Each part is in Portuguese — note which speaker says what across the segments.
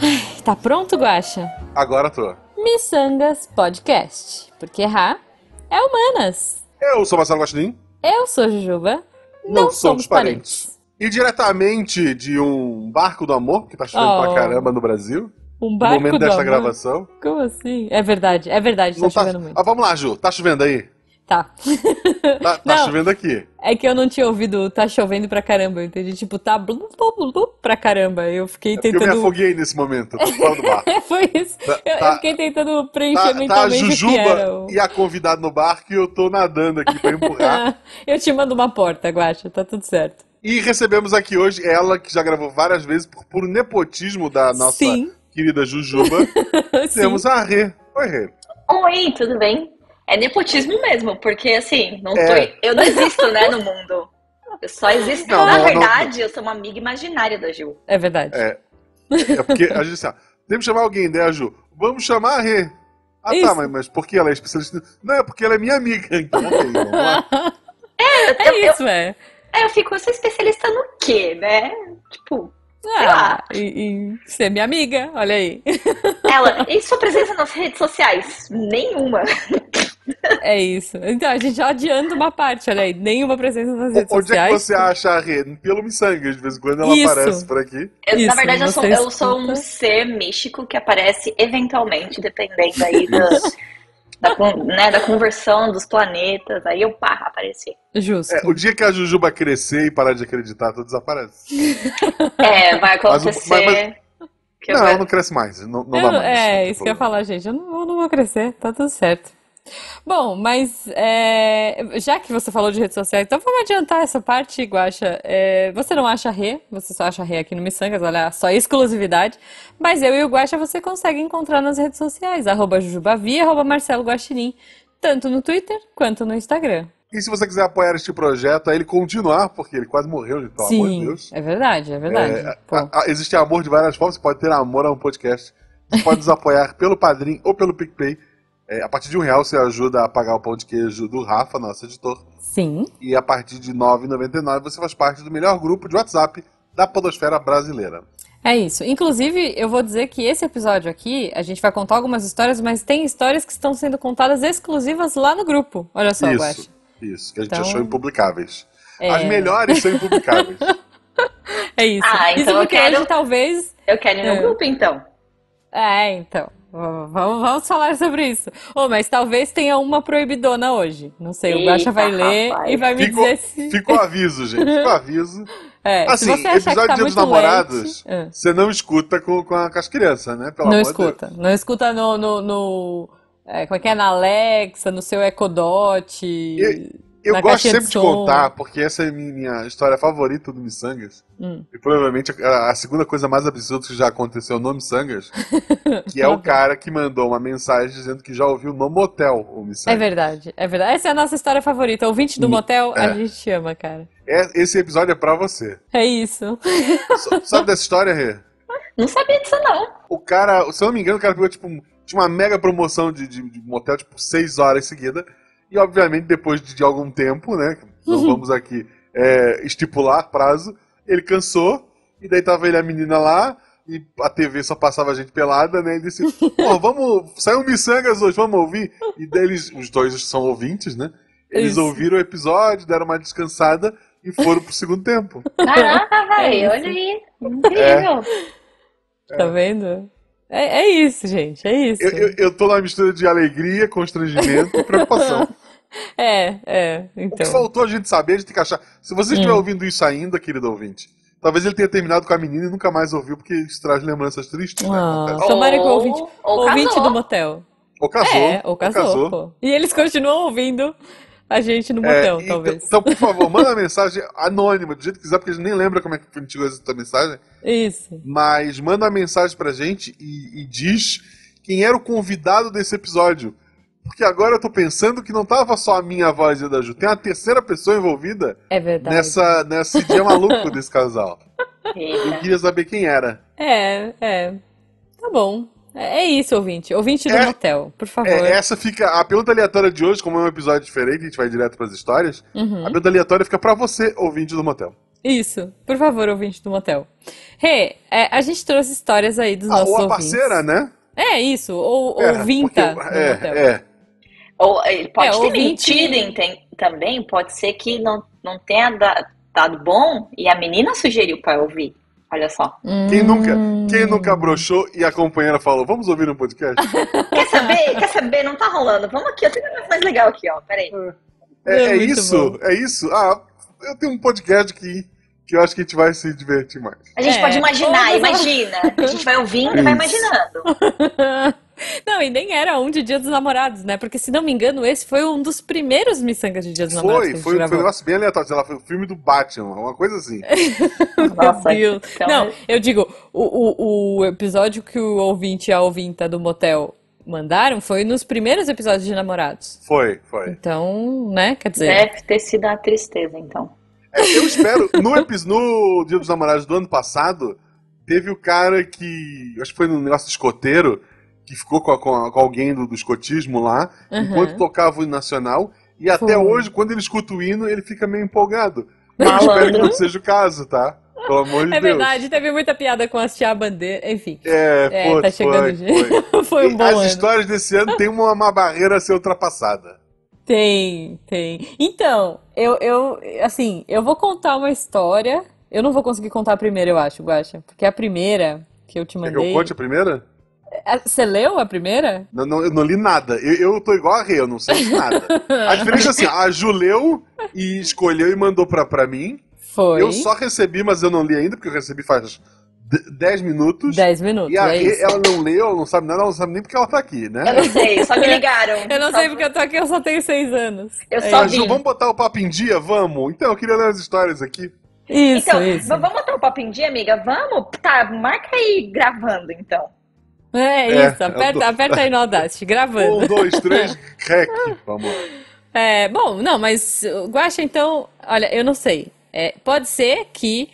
Speaker 1: Ai, tá pronto, Guaxa?
Speaker 2: Agora tô.
Speaker 1: Missangas Podcast. Porque errar é humanas.
Speaker 2: Eu sou Marcelo Guaxinim.
Speaker 1: Eu sou Jujuba.
Speaker 2: Não somos parentes. E diretamente de um barco do amor, que tá chovendo
Speaker 1: Oh.
Speaker 2: pra caramba no Brasil.
Speaker 1: Um
Speaker 2: No
Speaker 1: barco
Speaker 2: momento
Speaker 1: do
Speaker 2: desta
Speaker 1: amor.
Speaker 2: gravação.
Speaker 1: Como assim? É verdade, é verdade, tá
Speaker 2: Não tá-
Speaker 1: chovendo muito.
Speaker 2: Ah, vamos lá, Ju. Tá chovendo aí?
Speaker 1: Tá.
Speaker 2: Tá, tá
Speaker 1: Não.
Speaker 2: chovendo aqui.
Speaker 1: É que eu não tinha ouvido tá chovendo pra caramba, eu entendi. Tipo, tá blu, blu, blu, blu pra caramba. Eu fiquei
Speaker 2: É Eu me
Speaker 1: tentando. É,
Speaker 2: afoguei nesse momento. Tô fora do barco.
Speaker 1: Foi isso.
Speaker 2: Tá-
Speaker 1: Eu, eu
Speaker 2: tá-
Speaker 1: fiquei tentando preencher
Speaker 2: Tá, tá a
Speaker 1: mentalmente o que era.
Speaker 2: Jujuba
Speaker 1: o-
Speaker 2: e a convidada no barco e eu tô nadando aqui pra empurrar.
Speaker 1: eu te mando uma porta, Guaxa, tá tudo certo.
Speaker 2: E recebemos aqui hoje ela, que já gravou várias vezes por puro nepotismo da nossa
Speaker 1: Sim,
Speaker 2: querida Jujuba.
Speaker 1: sim.
Speaker 2: Temos a Rê. Oi, Rê.
Speaker 3: Oi, tudo bem? É nepotismo mesmo, porque assim, não tô-
Speaker 2: É.
Speaker 3: eu não existo, né, no mundo. Eu só existo.
Speaker 2: Não,
Speaker 3: Na
Speaker 2: não, não.
Speaker 3: verdade, eu sou uma amiga imaginária da Gil.
Speaker 1: É verdade.
Speaker 2: É. É porque a gente disse, ah, temos que chamar alguém, né, Ju? Vamos chamar a Rê. Ah, tá,
Speaker 1: Isso.
Speaker 2: mas, mas por que ela é especialista? Não, é porque ela é minha amiga. Então, ok, vamos lá.
Speaker 1: É isso, é.
Speaker 3: Aí eu fico, eu sou especialista no quê, né? Tipo,
Speaker 1: Ah, e, e ser minha amiga, olha aí.
Speaker 3: ela, e sua presença nas redes sociais? Nenhuma.
Speaker 1: É isso. Então, a gente já adianta uma parte, olha aí. Nenhuma presença nas redes
Speaker 2: O- Onde é que
Speaker 1: sociais.
Speaker 2: você acha a Rê? Pelo Missangas, de vez em quando ela
Speaker 1: Isso.
Speaker 2: aparece por aqui.
Speaker 3: Eu-
Speaker 1: Isso,
Speaker 3: na verdade, eu sou,
Speaker 1: você
Speaker 3: eu sou um
Speaker 1: escuta.
Speaker 3: ser místico que aparece eventualmente, dependendo aí da, da, con- né, da conversão dos planetas. Aí eu, pá, apareci.
Speaker 1: Justo.
Speaker 2: É, o dia que a Jujuba crescer e parar de acreditar, tu desaparece.
Speaker 3: É, vai
Speaker 2: Mas o- mas-
Speaker 3: acontecer.
Speaker 2: mas-
Speaker 3: que eu
Speaker 2: Não,
Speaker 3: vou-
Speaker 2: ela não cresce mais. Não, não
Speaker 1: Eu
Speaker 2: dá
Speaker 1: não-
Speaker 2: mais.
Speaker 1: é, isso que eu ia falar, gente. Eu não, eu não vou crescer, tá tudo certo. Bom, mas é, já que você falou de redes sociais, então vamos adiantar essa parte, Guaxa. É, você não acha Rê, você só acha Rê aqui no Missangas, olha, só exclusividade. Mas eu e o Guaxa você consegue encontrar nas redes sociais, arroba Jujubavi, arroba Marcelo Guaxinim, tanto no Twitter quanto no Instagram.
Speaker 2: E se você quiser apoiar este projeto, a ele continuar, porque ele quase morreu, gente, pelo amor de
Speaker 1: Sim,
Speaker 2: Deus.
Speaker 1: é verdade, é verdade. Pô,
Speaker 2: A- a- Existe amor de várias formas, você pode ter amor a um podcast. Você pode nos apoiar pelo Padrim ou pelo PicPay. É, a partir de um real você ajuda a pagar o pão de queijo do Rafa, nosso editor.
Speaker 1: sim,
Speaker 2: E a partir de R$ 9,99 você faz parte do melhor grupo de WhatsApp da podosfera brasileira.
Speaker 1: É isso. Inclusive, eu vou dizer que esse episódio aqui, a gente vai contar algumas histórias, mas tem histórias que estão sendo contadas exclusivas lá no grupo. Olha só, Guaxa.
Speaker 2: isso, isso, que a gente
Speaker 1: Então-
Speaker 2: achou impublicáveis.
Speaker 1: É,
Speaker 2: As melhores são impublicáveis.
Speaker 1: é isso.
Speaker 3: Ah, então
Speaker 1: Isso porque
Speaker 3: eu quero-
Speaker 1: hoje talvez.
Speaker 3: Eu quero ir no
Speaker 1: É.
Speaker 3: grupo, então.
Speaker 1: É, então. v- Vamos, vamos falar sobre isso. Ô, mas talvez tenha uma proibidona hoje. Não sei, o Guaxa
Speaker 3: Eita,
Speaker 1: vai ler
Speaker 3: rapaz.
Speaker 1: e vai me
Speaker 2: Ficou-
Speaker 1: dizer se.
Speaker 2: Fica o aviso, gente. Fica o aviso.
Speaker 1: É, se
Speaker 2: Assim,
Speaker 1: você achar que
Speaker 2: episódio
Speaker 1: tá
Speaker 2: Dia dos
Speaker 1: muito
Speaker 2: Namorados,
Speaker 1: lente, é.
Speaker 2: Você não escuta com, com, a, com as crianças, né? Pelo
Speaker 1: Não
Speaker 2: amor de Deus.
Speaker 1: escuta. Não escuta no. no, no- é, como é que é? Na Alexa, no seu Echo Dot.
Speaker 2: Eu
Speaker 1: Na
Speaker 2: gosto
Speaker 1: caixinha
Speaker 2: sempre
Speaker 1: de
Speaker 2: de
Speaker 1: som.
Speaker 2: contar, porque essa é a minha, minha história favorita do Missangas.
Speaker 1: Hum.
Speaker 2: E provavelmente a, a segunda coisa mais absurda que já aconteceu no Missangas, que é o cara que mandou uma mensagem dizendo que já ouviu no motel o
Speaker 1: É
Speaker 2: Missangas.
Speaker 1: verdade, é verdade. Essa é a nossa história favorita. Ouvinte do
Speaker 2: Hum,
Speaker 1: motel, a
Speaker 2: é.
Speaker 1: gente chama, cara.
Speaker 2: É- esse episódio é pra você.
Speaker 1: É isso.
Speaker 2: S- Sabe dessa história, Rê?
Speaker 3: Não sabia disso, não.
Speaker 2: O cara, se eu não me engano, o cara pegou tipo, um- tinha uma mega promoção de, de- de motel, tipo, seis horas seguida. E obviamente, depois de, de algum tempo, né? Não vamos aqui é, estipular prazo, ele cansou, e daí tava ele e a menina lá, e a TV só passava a gente pelada, né? E disse, pô, vamos. Saiu um miçangas hoje, vamos ouvir. E daí eles, os dois são ouvintes, né? Eles
Speaker 1: Isso.
Speaker 2: ouviram o episódio, deram uma descansada e foram pro segundo tempo.
Speaker 3: Caraca,
Speaker 1: É
Speaker 3: velho,
Speaker 1: isso.
Speaker 3: olha aí. Incrível.
Speaker 1: Tá vendo? É, é isso, gente. É isso.
Speaker 2: Eu, eu, eu tô numa mistura de alegria, constrangimento e preocupação.
Speaker 1: É, é.
Speaker 2: O que
Speaker 1: Então.
Speaker 2: faltou a gente saber, a gente tem que achar. Se você estiver ouvindo isso ainda, querido ouvinte, talvez ele tenha terminado com a menina e nunca mais ouviu, porque isso traz lembranças tristes, né?
Speaker 1: Ah,
Speaker 2: Acontece.
Speaker 1: tomara que o
Speaker 3: Ou-
Speaker 1: ouvinte,
Speaker 3: ou
Speaker 1: ouvinte
Speaker 3: casou.
Speaker 1: do motel.
Speaker 2: Ou casou.
Speaker 1: é, ou casou, pô. E eles continuam ouvindo a gente no
Speaker 2: É,
Speaker 1: motel,
Speaker 2: então-
Speaker 1: talvez.
Speaker 2: Então, por favor, manda uma mensagem anônima, do jeito que quiser, porque a gente nem lembra como é que a gente chegou a essa mensagem.
Speaker 1: Isso.
Speaker 2: Mas manda uma mensagem pra gente e, e diz quem era o convidado desse episódio. Porque agora eu tô pensando que não tava só a minha voz e a da Ju, tem uma terceira pessoa envolvida
Speaker 1: É verdade.
Speaker 2: nessa, nesse dia maluco desse casal. Eu
Speaker 3: Eita.
Speaker 2: queria saber quem era.
Speaker 1: É, é. Tá bom. É, é isso, ouvinte. Ouvinte do
Speaker 2: É-
Speaker 1: motel, por favor.
Speaker 2: É, essa fica. A pergunta aleatória de hoje, como é um episódio diferente, a gente vai direto pras histórias. A
Speaker 1: Uhum.
Speaker 2: pergunta aleatória fica pra você, ouvinte do motel.
Speaker 1: Isso, por favor, ouvinte do motel. Rê, é, a gente trouxe histórias aí dos
Speaker 2: Ah,
Speaker 1: nossos
Speaker 2: ou a
Speaker 1: ouvintes.
Speaker 2: parceira, né?
Speaker 1: É isso, ou
Speaker 2: É,
Speaker 1: ouvinta
Speaker 2: porque-
Speaker 1: do
Speaker 2: é,
Speaker 1: motel.
Speaker 2: é.
Speaker 3: Ou ele pode
Speaker 1: É,
Speaker 3: ter
Speaker 1: ouvinte-
Speaker 3: mentido enten- também, pode ser que não, não tenha da- dado bom e a menina sugeriu pra ouvir. Olha só.
Speaker 2: é. Quem nunca,
Speaker 1: Hum.
Speaker 2: quem nunca broxou e a companheira falou, vamos ouvir um podcast?
Speaker 3: Quer saber? Quer saber? Não tá rolando. Vamos aqui, eu tenho um negócio mais legal aqui, ó. Peraí.
Speaker 2: É,
Speaker 1: É
Speaker 2: é
Speaker 1: muito
Speaker 2: isso?
Speaker 1: bom.
Speaker 2: É isso? Ah, eu tenho um podcast que, que eu acho que a gente vai se divertir mais.
Speaker 3: A gente
Speaker 1: É,
Speaker 3: pode imaginar,
Speaker 1: ou-
Speaker 3: imagina. A gente vai ouvindo e vai
Speaker 2: Isso.
Speaker 3: imaginando.
Speaker 1: Não, e nem era um de Dia dos Namorados, né? Porque, se não me engano, esse foi um dos primeiros miçangas de Dia dos Namorados que a
Speaker 2: Foi,
Speaker 1: gente
Speaker 2: foi, foi um
Speaker 1: gravou.
Speaker 2: negócio bem aleatório. Sei lá, foi o filme do Batman, uma coisa assim.
Speaker 1: Meu
Speaker 3: Nossa,
Speaker 1: Deus.
Speaker 3: então-
Speaker 1: Não, eu digo, o, o, o episódio que o ouvinte e a ouvinta do motel mandaram foi nos primeiros episódios de Namorados.
Speaker 2: Foi, foi.
Speaker 1: Então, né? Quer dizer,
Speaker 3: Deve ter sido a tristeza, então.
Speaker 2: É, eu espero, no, epi- no Dia dos Namorados do ano passado, teve o cara que, acho que foi no negócio de escoteiro, que ficou com, a- com a- com alguém do, do escotismo lá,
Speaker 1: Uhum.
Speaker 2: enquanto tocava o hino nacional, e até
Speaker 1: Foi.
Speaker 2: hoje, quando ele escuta o hino, ele fica meio empolgado. Eu espero que
Speaker 3: Malandro.
Speaker 2: não seja o caso, tá? Pelo amor de
Speaker 1: é
Speaker 2: Deus.
Speaker 1: verdade, teve muita piada com hastear a bandeira, enfim.
Speaker 2: É,
Speaker 1: É,
Speaker 2: foi,
Speaker 1: tá chegando
Speaker 2: foi,
Speaker 1: o dia.
Speaker 2: foi.
Speaker 1: Foi um
Speaker 2: E
Speaker 1: bom
Speaker 2: As
Speaker 1: ano.
Speaker 2: histórias desse ano tem uma, uma barreira a ser ultrapassada.
Speaker 1: Tem, tem. Então, eu, eu, assim, eu vou contar uma história. Eu não vou conseguir contar a primeira, eu acho, Guaxa, porque a primeira que eu te
Speaker 2: Quer que eu
Speaker 1: mandei.
Speaker 2: conte a primeira?
Speaker 1: Ah, Você leu a primeira?
Speaker 2: Não, não, eu não li nada. Eu, eu tô igual a Rê, eu não sei de nada. A diferença é assim, a Ju leu e escolheu e mandou pra, pra mim.
Speaker 1: Foi.
Speaker 2: Eu só recebi, mas eu não li ainda, porque eu recebi faz de- 10 minutos.
Speaker 1: 10 minutos,
Speaker 2: E a
Speaker 1: é
Speaker 2: Rê,
Speaker 1: isso.
Speaker 2: ela não leu, ela não sabe nada, ela não sabe nem porque ela tá aqui,
Speaker 3: Eu
Speaker 2: né?
Speaker 3: não sei, só me ligaram.
Speaker 1: Eu não
Speaker 3: Só-
Speaker 1: sei porque eu tô aqui, eu só tenho 6 anos.
Speaker 3: Eu
Speaker 1: É
Speaker 3: só
Speaker 2: A
Speaker 1: isso.
Speaker 2: Ju,
Speaker 3: vim.
Speaker 2: vamos botar o papo em dia? Vamos? Então, eu queria ler as histórias aqui.
Speaker 1: Isso,
Speaker 3: Então,
Speaker 1: isso.
Speaker 3: v- vamos botar o papo em dia, amiga? Vamos? Tá, marca aí gravando, então.
Speaker 1: É
Speaker 2: É,
Speaker 1: isso,
Speaker 2: eu
Speaker 1: aperta,
Speaker 2: tô-
Speaker 1: aperta aí no Audacity, gravando.
Speaker 2: Um, dois, três, rec. Vamos lá.
Speaker 1: É, bom, não, mas uh, Guaxa, então, olha, eu não sei. É, pode ser que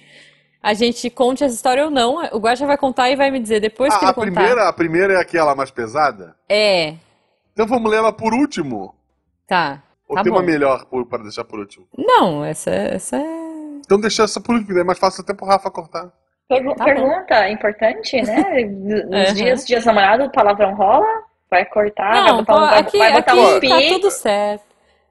Speaker 1: a gente conte essa história ou não. O Guaxa vai contar e vai me dizer depois que
Speaker 2: A,
Speaker 1: ele
Speaker 2: a
Speaker 1: contar.
Speaker 2: primeira, a primeira é aquela mais pesada?
Speaker 1: É,
Speaker 2: Então vamos ler ela por último?
Speaker 1: tá.
Speaker 2: Ou
Speaker 1: Tá
Speaker 2: tem uma
Speaker 1: bom.
Speaker 2: melhor por- para deixar por último?
Speaker 1: Não, essa, essa é.
Speaker 2: Então deixa essa por último, é mais fácil até pro Rafa cortar.
Speaker 3: Pergu-
Speaker 1: Tá bom.
Speaker 3: pergunta importante, né? Nos
Speaker 1: Uhum.
Speaker 3: dias, dias namorados, palavrão rola? Vai cortar? vai
Speaker 1: Não,
Speaker 3: botar,
Speaker 1: pô,
Speaker 3: um- vai,
Speaker 1: aqui,
Speaker 3: vai botar
Speaker 1: aqui
Speaker 3: um
Speaker 2: uns
Speaker 1: tá
Speaker 3: pi?
Speaker 1: tudo certo.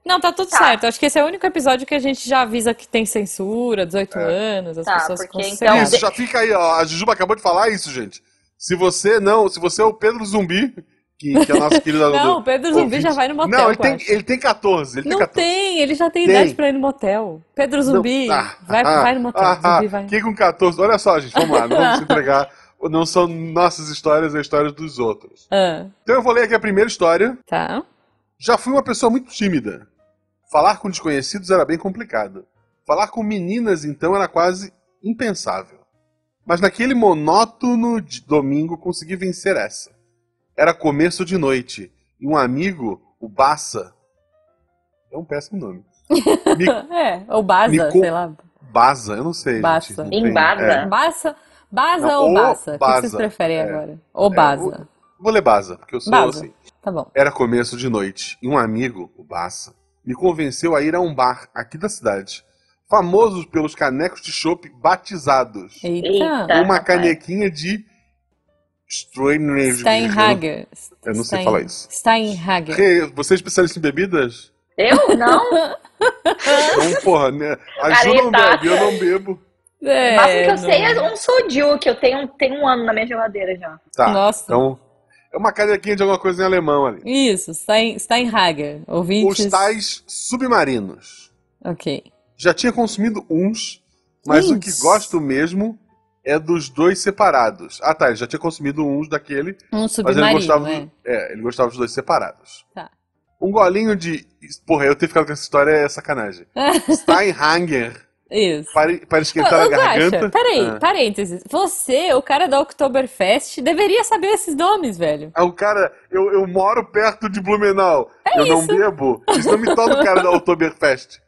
Speaker 1: Não, tá tudo
Speaker 3: Tá.
Speaker 1: certo. Acho que esse é o único episódio que a gente já avisa que tem censura,
Speaker 2: É.
Speaker 1: 18 anos, as
Speaker 3: Tá,
Speaker 1: pessoas ficam
Speaker 3: porque então-
Speaker 1: sossegadas.
Speaker 2: Isso, já fica aí, ó. A Jujuba acabou de falar isso, gente. Se você não, se você é o Pedro Zumbi, que, que é nosso querido
Speaker 1: Não, o Pedro Zumbi já vai no motel,
Speaker 2: Não, ele tem,
Speaker 1: Guaxa.
Speaker 2: ele tem 14. Ele
Speaker 1: Não
Speaker 2: tem 14.
Speaker 1: tem, ele já tem
Speaker 2: Tem.
Speaker 1: idade pra ir no motel. Pedro Zumbi,
Speaker 2: Ah,
Speaker 1: vai,
Speaker 2: ah,
Speaker 1: vai no motel,
Speaker 2: ah, ah,
Speaker 1: Zumbi vai.
Speaker 2: Quem com 14? Olha só, gente, vamos lá, não vamos se entregar. Não são nossas histórias, é histórias dos outros.
Speaker 1: Ah,
Speaker 2: Então eu vou ler aqui a primeira história.
Speaker 1: tá.
Speaker 2: Já fui uma pessoa muito tímida. Falar com desconhecidos era bem complicado. Falar com meninas, então, era quase impensável. Mas naquele monótono de domingo consegui vencer essa. Era começo de noite e um amigo, o Bassa. É um péssimo nome. Me,
Speaker 1: É, ou Baza,
Speaker 2: Me com-
Speaker 1: sei lá.
Speaker 2: Baza, eu não sei. gente,
Speaker 1: Baça.
Speaker 2: não tem-
Speaker 3: Embasa.
Speaker 2: é.
Speaker 1: Baza, Baza
Speaker 2: Não,
Speaker 1: ou
Speaker 2: ou
Speaker 1: Baza? O que vocês
Speaker 2: Baza,
Speaker 1: preferem
Speaker 2: é.
Speaker 1: agora? Ou Baza.
Speaker 2: Vou ler Baza, porque eu sou
Speaker 1: Baza.
Speaker 2: assim.
Speaker 1: Tá bom.
Speaker 2: Era começo de noite e um amigo, o Bassa, me convenceu a ir a um bar aqui da cidade, famoso pelos canecos de chopp batizados.
Speaker 1: Eita.
Speaker 3: Eita.
Speaker 2: uma
Speaker 3: rapaz.
Speaker 2: canequinha de Strainer.
Speaker 1: Steinhager.
Speaker 2: Eu não sei
Speaker 1: Stein-
Speaker 2: falar isso.
Speaker 1: Steinhager.
Speaker 2: Rê, Você é especialista em bebidas?
Speaker 3: Eu? Não?
Speaker 2: Então, porra, né? A Ju não
Speaker 3: Careta.
Speaker 2: bebe, eu não bebo.
Speaker 3: O
Speaker 1: É,
Speaker 3: máximo que eu sei
Speaker 1: não.
Speaker 3: é um sodio, que eu tenho, tenho um ano na minha geladeira já.
Speaker 2: Tá.
Speaker 1: Nossa.
Speaker 2: Então, é uma canequinha de alguma coisa em alemão ali.
Speaker 1: Isso, Stein, Steinhager. Ouvintes.
Speaker 2: Os tais submarinos.
Speaker 1: Ok.
Speaker 2: Já tinha consumido uns, mas o que
Speaker 1: Uns.
Speaker 2: gosto mesmo é dos dois separados. Ah, tá, ele já tinha consumido uns daquele,
Speaker 1: Um
Speaker 2: mas ele
Speaker 1: submarino,
Speaker 2: gostava,
Speaker 1: é.
Speaker 3: né?
Speaker 2: do- é, ele gostava dos dois separados.
Speaker 1: Tá.
Speaker 2: Um golinho de. Porra, eu ter ficado com essa história é sacanagem. Steinhanger
Speaker 1: É. Isso.
Speaker 2: para, para esquentar
Speaker 1: Ô,
Speaker 2: a
Speaker 1: ô, Guaxa,
Speaker 2: tá garganta.
Speaker 1: peraí, tá-
Speaker 2: Ah.
Speaker 1: parênteses. Você, o cara da Oktoberfest, deveria saber esses nomes, velho.
Speaker 2: Ah, o cara, eu, eu moro perto de Blumenau. eu não
Speaker 1: É isso.
Speaker 2: bebo. Isso não me torna o cara da Oktoberfest.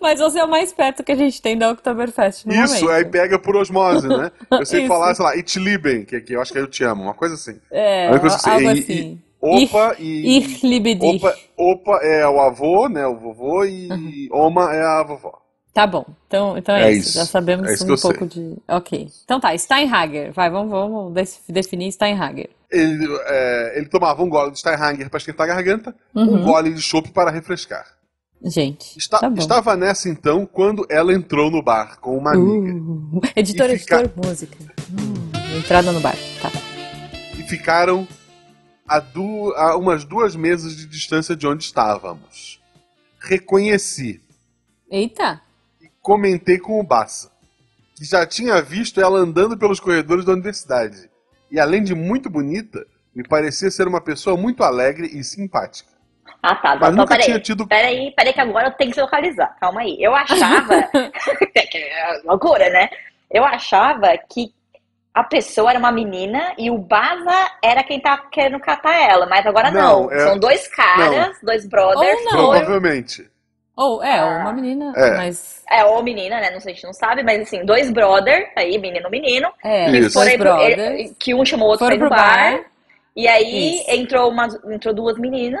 Speaker 1: Mas você é o mais perto que a gente tem da Oktoberfest no
Speaker 2: Isso, é
Speaker 1: momento.
Speaker 2: aí pega por osmose, né? Eu sei
Speaker 1: é Isso.
Speaker 2: falar, sei lá, It Lieben, que, que eu acho que é eu te amo, uma coisa assim.
Speaker 1: É,
Speaker 2: a única coisa que eu sei
Speaker 1: algo
Speaker 2: é i-
Speaker 1: assim.
Speaker 2: Opa e.
Speaker 1: Ich liebe dich.
Speaker 2: Opa, opa é o avô, né? O vovô, e Oma é a vovó.
Speaker 1: Tá bom. Então, então é
Speaker 2: É
Speaker 1: isso. Já
Speaker 2: isso.
Speaker 1: sabemos
Speaker 2: É isso que
Speaker 1: um
Speaker 2: eu sei.
Speaker 1: pouco de. Ok. Então tá, Steinhager. Vai, vamos, vamos def- definir Steinhager.
Speaker 2: Ele, é, ele tomava um gole de Steinhanger para esquentar a garganta, um
Speaker 1: Uhum.
Speaker 2: gole de chopp para refrescar.
Speaker 1: Gente,
Speaker 2: Está-
Speaker 1: tá bom.
Speaker 2: Estava nessa então quando ela entrou no bar com uma amiga
Speaker 1: Uh, editor,
Speaker 2: E fica-
Speaker 1: editor, música. Hum, entrada no bar. Tá.
Speaker 2: e ficaram a, du- a umas duas mesas de distância de onde estávamos. Reconheci
Speaker 1: Eita!
Speaker 2: e comentei com o Bassa, que já tinha visto ela andando pelos corredores da universidade. E além de muito bonita, me parecia ser uma pessoa muito alegre e simpática.
Speaker 3: Ah, tá.
Speaker 2: Mas
Speaker 3: então,
Speaker 2: nunca
Speaker 3: peraí.
Speaker 2: tinha tido.
Speaker 3: Peraí, peraí, que agora eu tenho que localizar. Calma aí. Eu achava. que é loucura, né? Eu achava que a pessoa era uma menina e o Baza era quem tá querendo catar ela. Mas agora não.
Speaker 2: Não, é-
Speaker 3: São dois caras, dois brothers.
Speaker 1: Ou não.
Speaker 3: foram-
Speaker 2: Provavelmente.
Speaker 1: Ou é, ou uma
Speaker 3: Ah.
Speaker 1: menina,
Speaker 2: É.
Speaker 1: mas.
Speaker 3: É, ou menina, né? Não sei, a gente não sabe, mas assim, dois brother, aí, menino, menino,
Speaker 1: É,
Speaker 2: Isso.
Speaker 1: dois
Speaker 3: foram aí pro-
Speaker 1: brothers.
Speaker 3: ele- que um chamou o outro pra
Speaker 1: Foram
Speaker 3: ir no
Speaker 1: pro
Speaker 3: bar.
Speaker 1: bar.
Speaker 3: E aí
Speaker 1: Isso.
Speaker 3: entrou, uma, entrou duas meninas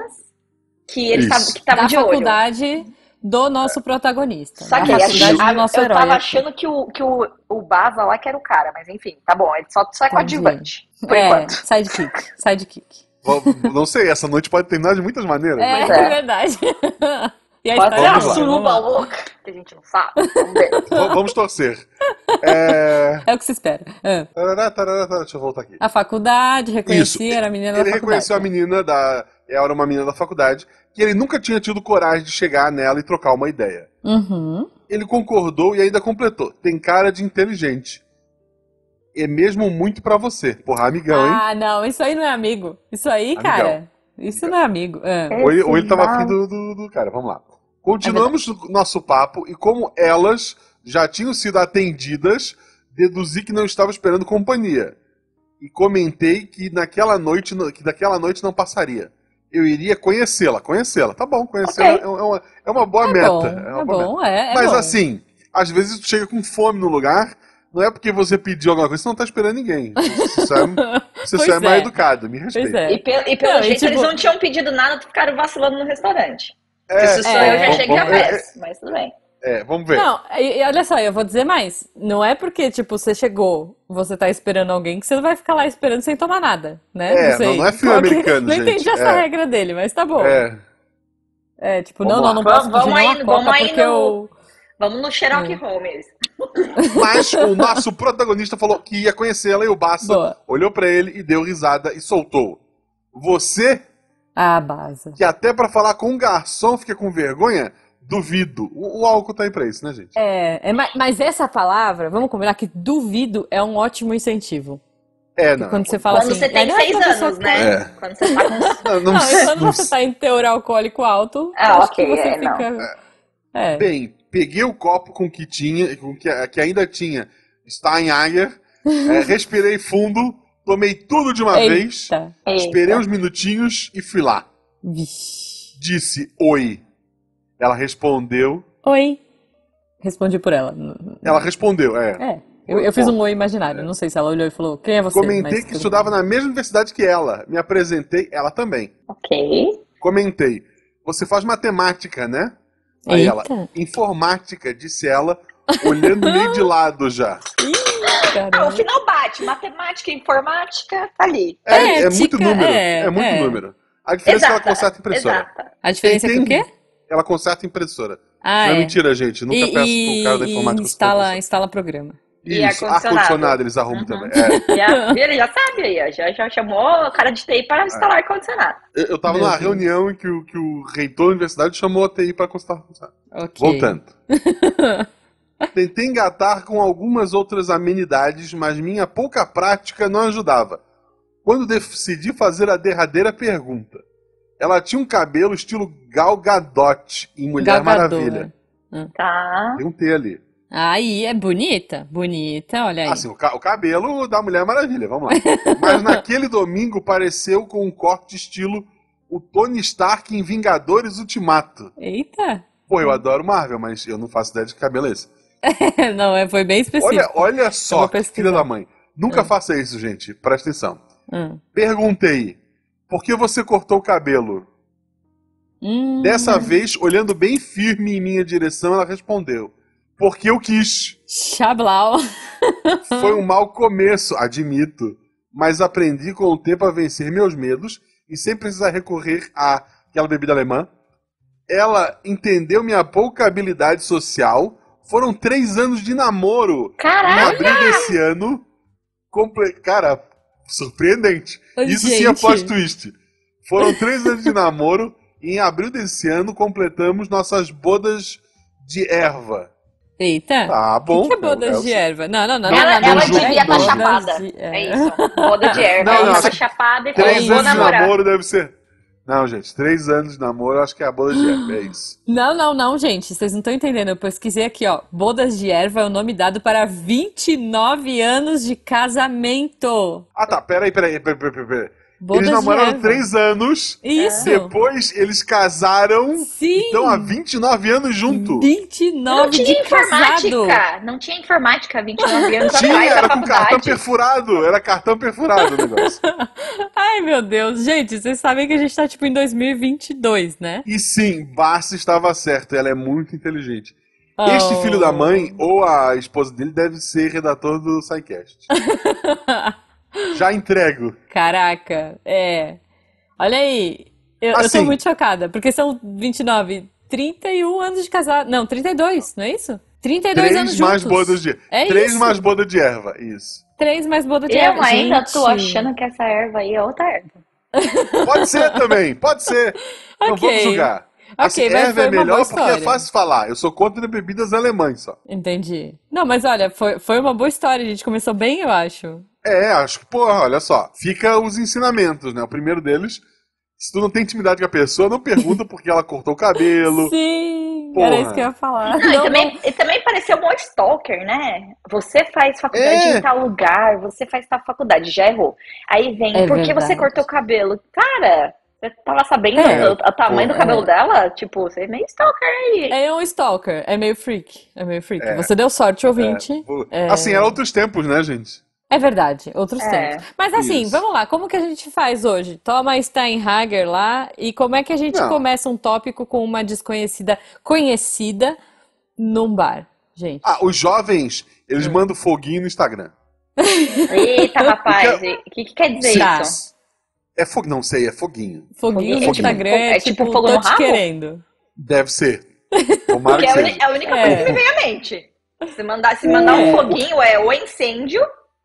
Speaker 3: que eles
Speaker 2: Isso.
Speaker 3: tavam- que estavam
Speaker 1: da
Speaker 3: de olho.
Speaker 1: faculdade do nosso protagonista.
Speaker 3: Só
Speaker 1: da
Speaker 3: que aí,
Speaker 1: faculdade
Speaker 3: a-
Speaker 1: do nosso
Speaker 3: eu
Speaker 1: herói. assim.
Speaker 3: tava
Speaker 1: aqui.
Speaker 3: achando que o, que o, o Baza lá que era o cara, mas enfim, tá bom, ele só, só é
Speaker 1: Entendi.
Speaker 3: coadjuvante, por
Speaker 1: é,
Speaker 3: enquanto.
Speaker 1: sidekick, sidekick.
Speaker 2: Vamos- Não sei, essa noite pode terminar de muitas maneiras.
Speaker 1: É,
Speaker 2: mas-
Speaker 3: Pois é.
Speaker 1: verdade. E a
Speaker 3: Pode ser
Speaker 1: história
Speaker 2: Vamos lá.
Speaker 3: uma
Speaker 1: vai, vamos
Speaker 3: suruba
Speaker 1: lá.
Speaker 3: louca, que a gente não sabe, vamos ver.
Speaker 2: V- Vamos torcer. É...
Speaker 1: É o que se espera. Ah,
Speaker 2: tarará, tarará, tarará, Deixa eu voltar aqui.
Speaker 1: A faculdade, reconheci,
Speaker 2: Isso.
Speaker 1: era a menina da
Speaker 2: Ele
Speaker 1: faculdade.
Speaker 2: reconheceu a menina da. Ela era uma menina da faculdade, que ele nunca tinha tido coragem de chegar nela e trocar uma ideia.
Speaker 1: Uhum.
Speaker 2: Ele concordou e ainda completou. Tem cara de inteligente. É mesmo muito pra você. Porra, amigão, hein?
Speaker 1: Ah, não, isso aí não é amigo. Isso aí,
Speaker 2: Amigão.
Speaker 1: cara, isso não é amigo. Ah,
Speaker 2: ou, ele, ou ele
Speaker 3: Esse
Speaker 2: tava
Speaker 3: mal.
Speaker 2: afim do, do- do cara, vamos lá. Continuamos o nosso papo e como elas já tinham sido atendidas, deduzi que não estava esperando companhia. E comentei que naquela noite, no- que daquela noite não passaria. Eu iria conhecê-la, conhecê-la. Tá bom, conhecê-la é, um- é uma, é uma boa
Speaker 1: é
Speaker 2: meta.
Speaker 1: bom,
Speaker 2: é uma
Speaker 1: é
Speaker 2: boa meta.
Speaker 1: bom, é, é
Speaker 2: Mas
Speaker 1: bom.
Speaker 2: assim, às vezes tu chega com fome no lugar, não é porque você pediu alguma coisa, você não tá esperando ninguém. Você só é, você só
Speaker 1: Pois
Speaker 2: é mal
Speaker 1: é.
Speaker 2: educado, me
Speaker 1: Pois
Speaker 2: respeita.
Speaker 1: é.
Speaker 3: E, pe- e pelo
Speaker 1: Não, e
Speaker 3: jeito
Speaker 1: tipo-
Speaker 3: eles não tinham pedido nada, ficaram vacilando no restaurante. Isso só
Speaker 1: é,
Speaker 3: eu já
Speaker 1: bom,
Speaker 3: achei que era
Speaker 2: vamos- é,
Speaker 3: péssimo, mas tudo bem.
Speaker 2: é, vamos ver.
Speaker 1: Não, e, e olha só, eu vou dizer mais. Não é porque, tipo, você chegou, você tá esperando alguém, que você não vai ficar lá esperando sem tomar nada, né?
Speaker 2: É,
Speaker 1: sei.
Speaker 2: não- não é filme
Speaker 1: Qual que-
Speaker 2: americano,
Speaker 1: Não
Speaker 2: gente,
Speaker 1: entendi essa
Speaker 2: é.
Speaker 1: regra dele, mas tá bom. É,
Speaker 2: É.
Speaker 1: tipo,
Speaker 2: Vamos
Speaker 1: não,
Speaker 2: lá.
Speaker 1: não, não posso
Speaker 3: Vamos-
Speaker 1: pedir
Speaker 3: vamos
Speaker 1: nem
Speaker 3: aí,
Speaker 1: uma
Speaker 3: vamos
Speaker 1: coca
Speaker 3: aí
Speaker 1: porque
Speaker 3: no-
Speaker 1: eu...
Speaker 3: Vamos no Sherlock
Speaker 1: É.
Speaker 3: Holmes.
Speaker 2: Mas o nosso protagonista falou que ia conhecê-la e o Bassa
Speaker 1: Boa.
Speaker 2: olhou pra ele e deu risada e soltou. Você,
Speaker 1: Ah, Baza.
Speaker 2: que até pra falar com um garçom fica com vergonha, duvido. O, o álcool tá aí pra isso, né, gente?
Speaker 1: É, é, ma- mas essa palavra, vamos combinar que duvido é um ótimo incentivo.
Speaker 2: É, não.
Speaker 1: Quando você fala
Speaker 3: Quando
Speaker 1: assim,
Speaker 3: você tem
Speaker 1: "Ah,
Speaker 3: seis
Speaker 1: uma pessoa
Speaker 3: anos,
Speaker 1: que
Speaker 3: né?
Speaker 2: É.
Speaker 3: Quando você tá com...
Speaker 2: Não, não,
Speaker 1: Não, e quando
Speaker 2: não-
Speaker 1: você tá em teor alcoólico alto,
Speaker 3: Ah,
Speaker 1: acho que
Speaker 3: ok,
Speaker 1: você
Speaker 3: é, não.
Speaker 1: fica. É.
Speaker 2: Bem, peguei o copo com que tinha, com que, que ainda tinha Steinhager, é, respirei fundo, tomei tudo de uma vez,
Speaker 1: Eita.
Speaker 2: esperei uns minutinhos e fui lá.
Speaker 1: Vixe.
Speaker 2: Disse oi. Ela respondeu.
Speaker 1: Oi. Respondi por ela.
Speaker 2: Ela respondeu, é.
Speaker 1: É. Eu, eu fiz um oi imaginário. Não sei se ela olhou e falou, quem é você?
Speaker 2: Comentei
Speaker 1: Mas
Speaker 2: que
Speaker 1: tudo
Speaker 2: estudava
Speaker 1: bem.
Speaker 2: na mesma universidade que ela. Me apresentei, ela também.
Speaker 3: Ok.
Speaker 2: Comentei. Você faz matemática, né? Aí
Speaker 1: Eita.
Speaker 2: ela, informática, disse ela, olhando meio de lado já.
Speaker 1: Ih,
Speaker 3: Ah, o
Speaker 1: caramba.
Speaker 3: final bate. Matemática, informática, tá ali.
Speaker 2: É,
Speaker 1: É,
Speaker 2: é muito
Speaker 1: tica,
Speaker 2: número.
Speaker 1: é,
Speaker 2: É, muito
Speaker 1: é.
Speaker 2: número. A diferença é que
Speaker 3: Exata,
Speaker 2: ela conserta impressora.
Speaker 3: Exata.
Speaker 1: A diferença é que o quê?
Speaker 2: Ela conserta impressora.
Speaker 1: Ah,
Speaker 2: Não é
Speaker 1: é.
Speaker 2: mentira, gente. Nunca
Speaker 1: E,
Speaker 2: peço pro cara da
Speaker 1: e- e
Speaker 2: informática.
Speaker 1: instala, instala programa.
Speaker 3: E
Speaker 2: Isso,
Speaker 3: ar-condicionado.
Speaker 2: ar-condicionado eles arrumam
Speaker 3: Uhum.
Speaker 2: também. É.
Speaker 3: E, a, e ele já sabe aí, ó, já, já chamou o cara de TI para instalar ar-condicionado.
Speaker 2: Eu, eu tava
Speaker 1: Meu
Speaker 2: numa
Speaker 1: Deus.
Speaker 2: reunião em que o, que o reitor da universidade chamou a TI pra consertar ar-condicionado.
Speaker 1: Ok.
Speaker 2: Voltando. Tentei engatar com algumas outras amenidades, mas minha pouca prática não ajudava. Quando decidi fazer a derradeira pergunta, ela tinha um cabelo estilo Gal Gadot em Mulher
Speaker 1: Galgador.
Speaker 2: Maravilha.
Speaker 3: Tá.
Speaker 2: Tem um T ali.
Speaker 1: Aí, é bonita, bonita, olha aí.
Speaker 2: Assim, o, ca- o cabelo da Mulher Maravilha, vamos lá. Mas naquele domingo pareceu com um corte estilo o Tony Stark em Vingadores Ultimato.
Speaker 1: Eita!
Speaker 2: Pô, eu adoro Marvel, mas eu não faço ideia de que cabelo é esse.
Speaker 1: Não, é, foi bem
Speaker 2: Olha,
Speaker 1: específico.
Speaker 2: olha
Speaker 1: Eu
Speaker 2: só,
Speaker 1: vou
Speaker 2: que
Speaker 1: pesquisar. É.
Speaker 2: filha da mãe. Nunca faça isso, gente. Presta atenção.
Speaker 1: Hum.
Speaker 2: Perguntei, por que você cortou o cabelo?
Speaker 1: Hum, Uhum.
Speaker 2: Dessa vez, olhando bem firme em minha direção, ela respondeu, porque eu quis.
Speaker 1: Chablau.
Speaker 2: Foi
Speaker 1: Ah.
Speaker 2: um mau começo, admito, mas aprendi com o tempo a vencer meus medos e sem precisar recorrer àquela bebida alemã. Ela entendeu minha pouca habilidade social. Foram três anos de namoro. Em
Speaker 3: Caralho!
Speaker 2: abril desse ano, comple... cara, surpreendente.
Speaker 1: Ai,
Speaker 2: Isso sim é
Speaker 1: gente.
Speaker 2: plot twist. Foram três anos de namoro e em abril desse ano completamos nossas bodas de erva.
Speaker 1: Eita.
Speaker 2: Ah,
Speaker 1: O
Speaker 2: bom.
Speaker 1: que que é bodas de erva? Não, não, não, não,
Speaker 3: Ela,
Speaker 1: não,
Speaker 3: ela
Speaker 1: não, não.
Speaker 3: devia estar
Speaker 1: Bodas
Speaker 3: chapada.
Speaker 1: de
Speaker 3: É
Speaker 1: erva.
Speaker 3: isso. Boda de erva.
Speaker 2: Não,
Speaker 3: ela
Speaker 2: não,
Speaker 3: estava
Speaker 2: se-
Speaker 3: chapada e falou:
Speaker 2: Três
Speaker 3: vou
Speaker 2: anos de
Speaker 3: namorar.
Speaker 2: namoro deve ser. Não, gente, três anos de namoro, acho que é a boda de erva, é isso.
Speaker 1: Não, não, não, gente, vocês não estão entendendo. Eu pesquisei aqui, ó. Bodas de erva é o nome dado para 29 anos de casamento.
Speaker 2: Ah, tá, peraí, peraí, peraí, peraí, peraí. peraí.
Speaker 1: Bodas
Speaker 2: Eles
Speaker 1: de
Speaker 2: namoraram
Speaker 1: erva.
Speaker 2: três anos,
Speaker 1: Isso.
Speaker 2: depois eles casaram,
Speaker 1: Sim.
Speaker 2: estão há 29 anos junto.
Speaker 1: 29
Speaker 3: Não
Speaker 1: de
Speaker 3: tinha
Speaker 1: casado.
Speaker 3: informática. Não tinha informática há 29 anos
Speaker 2: Tinha,
Speaker 3: atrás
Speaker 2: era
Speaker 3: da
Speaker 2: com cartão
Speaker 3: faculdade.
Speaker 2: perfurado. Era cartão perfurado o negócio.
Speaker 1: Ai, meu Deus, gente, vocês sabem que a gente tá tipo em 2022, né?
Speaker 2: E sim, Barça estava certo. Ela é muito inteligente. Este
Speaker 1: Oh.
Speaker 2: filho da mãe, ou a esposa dele, deve ser redator do SciCast. Já entrego.
Speaker 1: Caraca, é. Olha aí, eu, eu tô
Speaker 2: Assim.
Speaker 1: muito chocada, porque são 29, 31 anos de casado. Não, 32, não é isso? 32 anos
Speaker 2: Três mais
Speaker 1: juntos.
Speaker 2: bodas de...
Speaker 1: É
Speaker 2: Três
Speaker 1: isso.
Speaker 2: mais bodas de erva. Isso.
Speaker 1: Três mais boda de
Speaker 3: Eu
Speaker 1: erva.
Speaker 3: ainda tô
Speaker 1: Gente.
Speaker 3: achando que essa erva aí é outra erva.
Speaker 2: Pode ser também, pode ser. Não
Speaker 1: Ok.
Speaker 2: vamos julgar. Assim,
Speaker 1: Ok, mas
Speaker 2: erva
Speaker 1: foi
Speaker 2: é
Speaker 1: uma boa
Speaker 2: melhor porque é
Speaker 1: história.
Speaker 2: fácil falar. Eu sou contra bebidas alemãs só.
Speaker 1: Entendi. Não, mas olha, foi, foi uma boa história. A gente começou bem, eu acho.
Speaker 2: É, acho que, porra, olha só. Fica os ensinamentos, né? O primeiro deles, se tu não tem intimidade com a pessoa, não pergunta porque ela cortou o cabelo.
Speaker 1: Sim,
Speaker 2: Porra.
Speaker 1: era isso que eu ia falar.
Speaker 3: Não, é e,
Speaker 1: Não,
Speaker 3: também, e também pareceu um monte de stalker, né? Você faz faculdade
Speaker 2: É.
Speaker 3: em tal lugar, você faz tal faculdade, já errou. Aí vem,
Speaker 1: É
Speaker 3: por que você
Speaker 1: verdade.
Speaker 3: cortou o cabelo? Cara, você tava sabendo
Speaker 1: É.
Speaker 3: o, o tamanho do
Speaker 2: Pô,
Speaker 3: cabelo
Speaker 1: é.
Speaker 3: dela? Tipo, você é meio stalker aí.
Speaker 1: É um stalker, é meio freak, é meio freak. Você deu sorte, ouvinte. É.
Speaker 2: Assim, eram outros tempos, né, gente?
Speaker 1: É verdade, outros
Speaker 3: É.
Speaker 1: tempos. Mas assim,
Speaker 2: Isso.
Speaker 1: vamos lá, como que a gente faz hoje? Toma Steinhager lá e como é que a gente
Speaker 2: Não.
Speaker 1: começa um tópico com uma desconhecida conhecida num bar, gente?
Speaker 2: Ah, os jovens,
Speaker 1: É.
Speaker 2: eles mandam foguinho no Instagram.
Speaker 3: Eita, rapaz, o que, que quer dizer
Speaker 1: é Tá.
Speaker 3: isso?
Speaker 2: É fogo, não sei, é foguinho.
Speaker 1: Foguinho no
Speaker 2: Foguinho.
Speaker 1: Instagram
Speaker 3: É
Speaker 1: é
Speaker 3: tipo
Speaker 1: tipo,
Speaker 3: fogo
Speaker 1: tô
Speaker 3: no
Speaker 1: te
Speaker 3: rabo?
Speaker 1: querendo.
Speaker 2: Deve ser. Tomara
Speaker 3: Porque
Speaker 2: que
Speaker 3: é a, uni-
Speaker 2: seja.
Speaker 3: é a única
Speaker 1: É.
Speaker 3: coisa que me vem à mente. Se mandar, se mandar um
Speaker 1: É.
Speaker 3: foguinho, é ou é incêndio,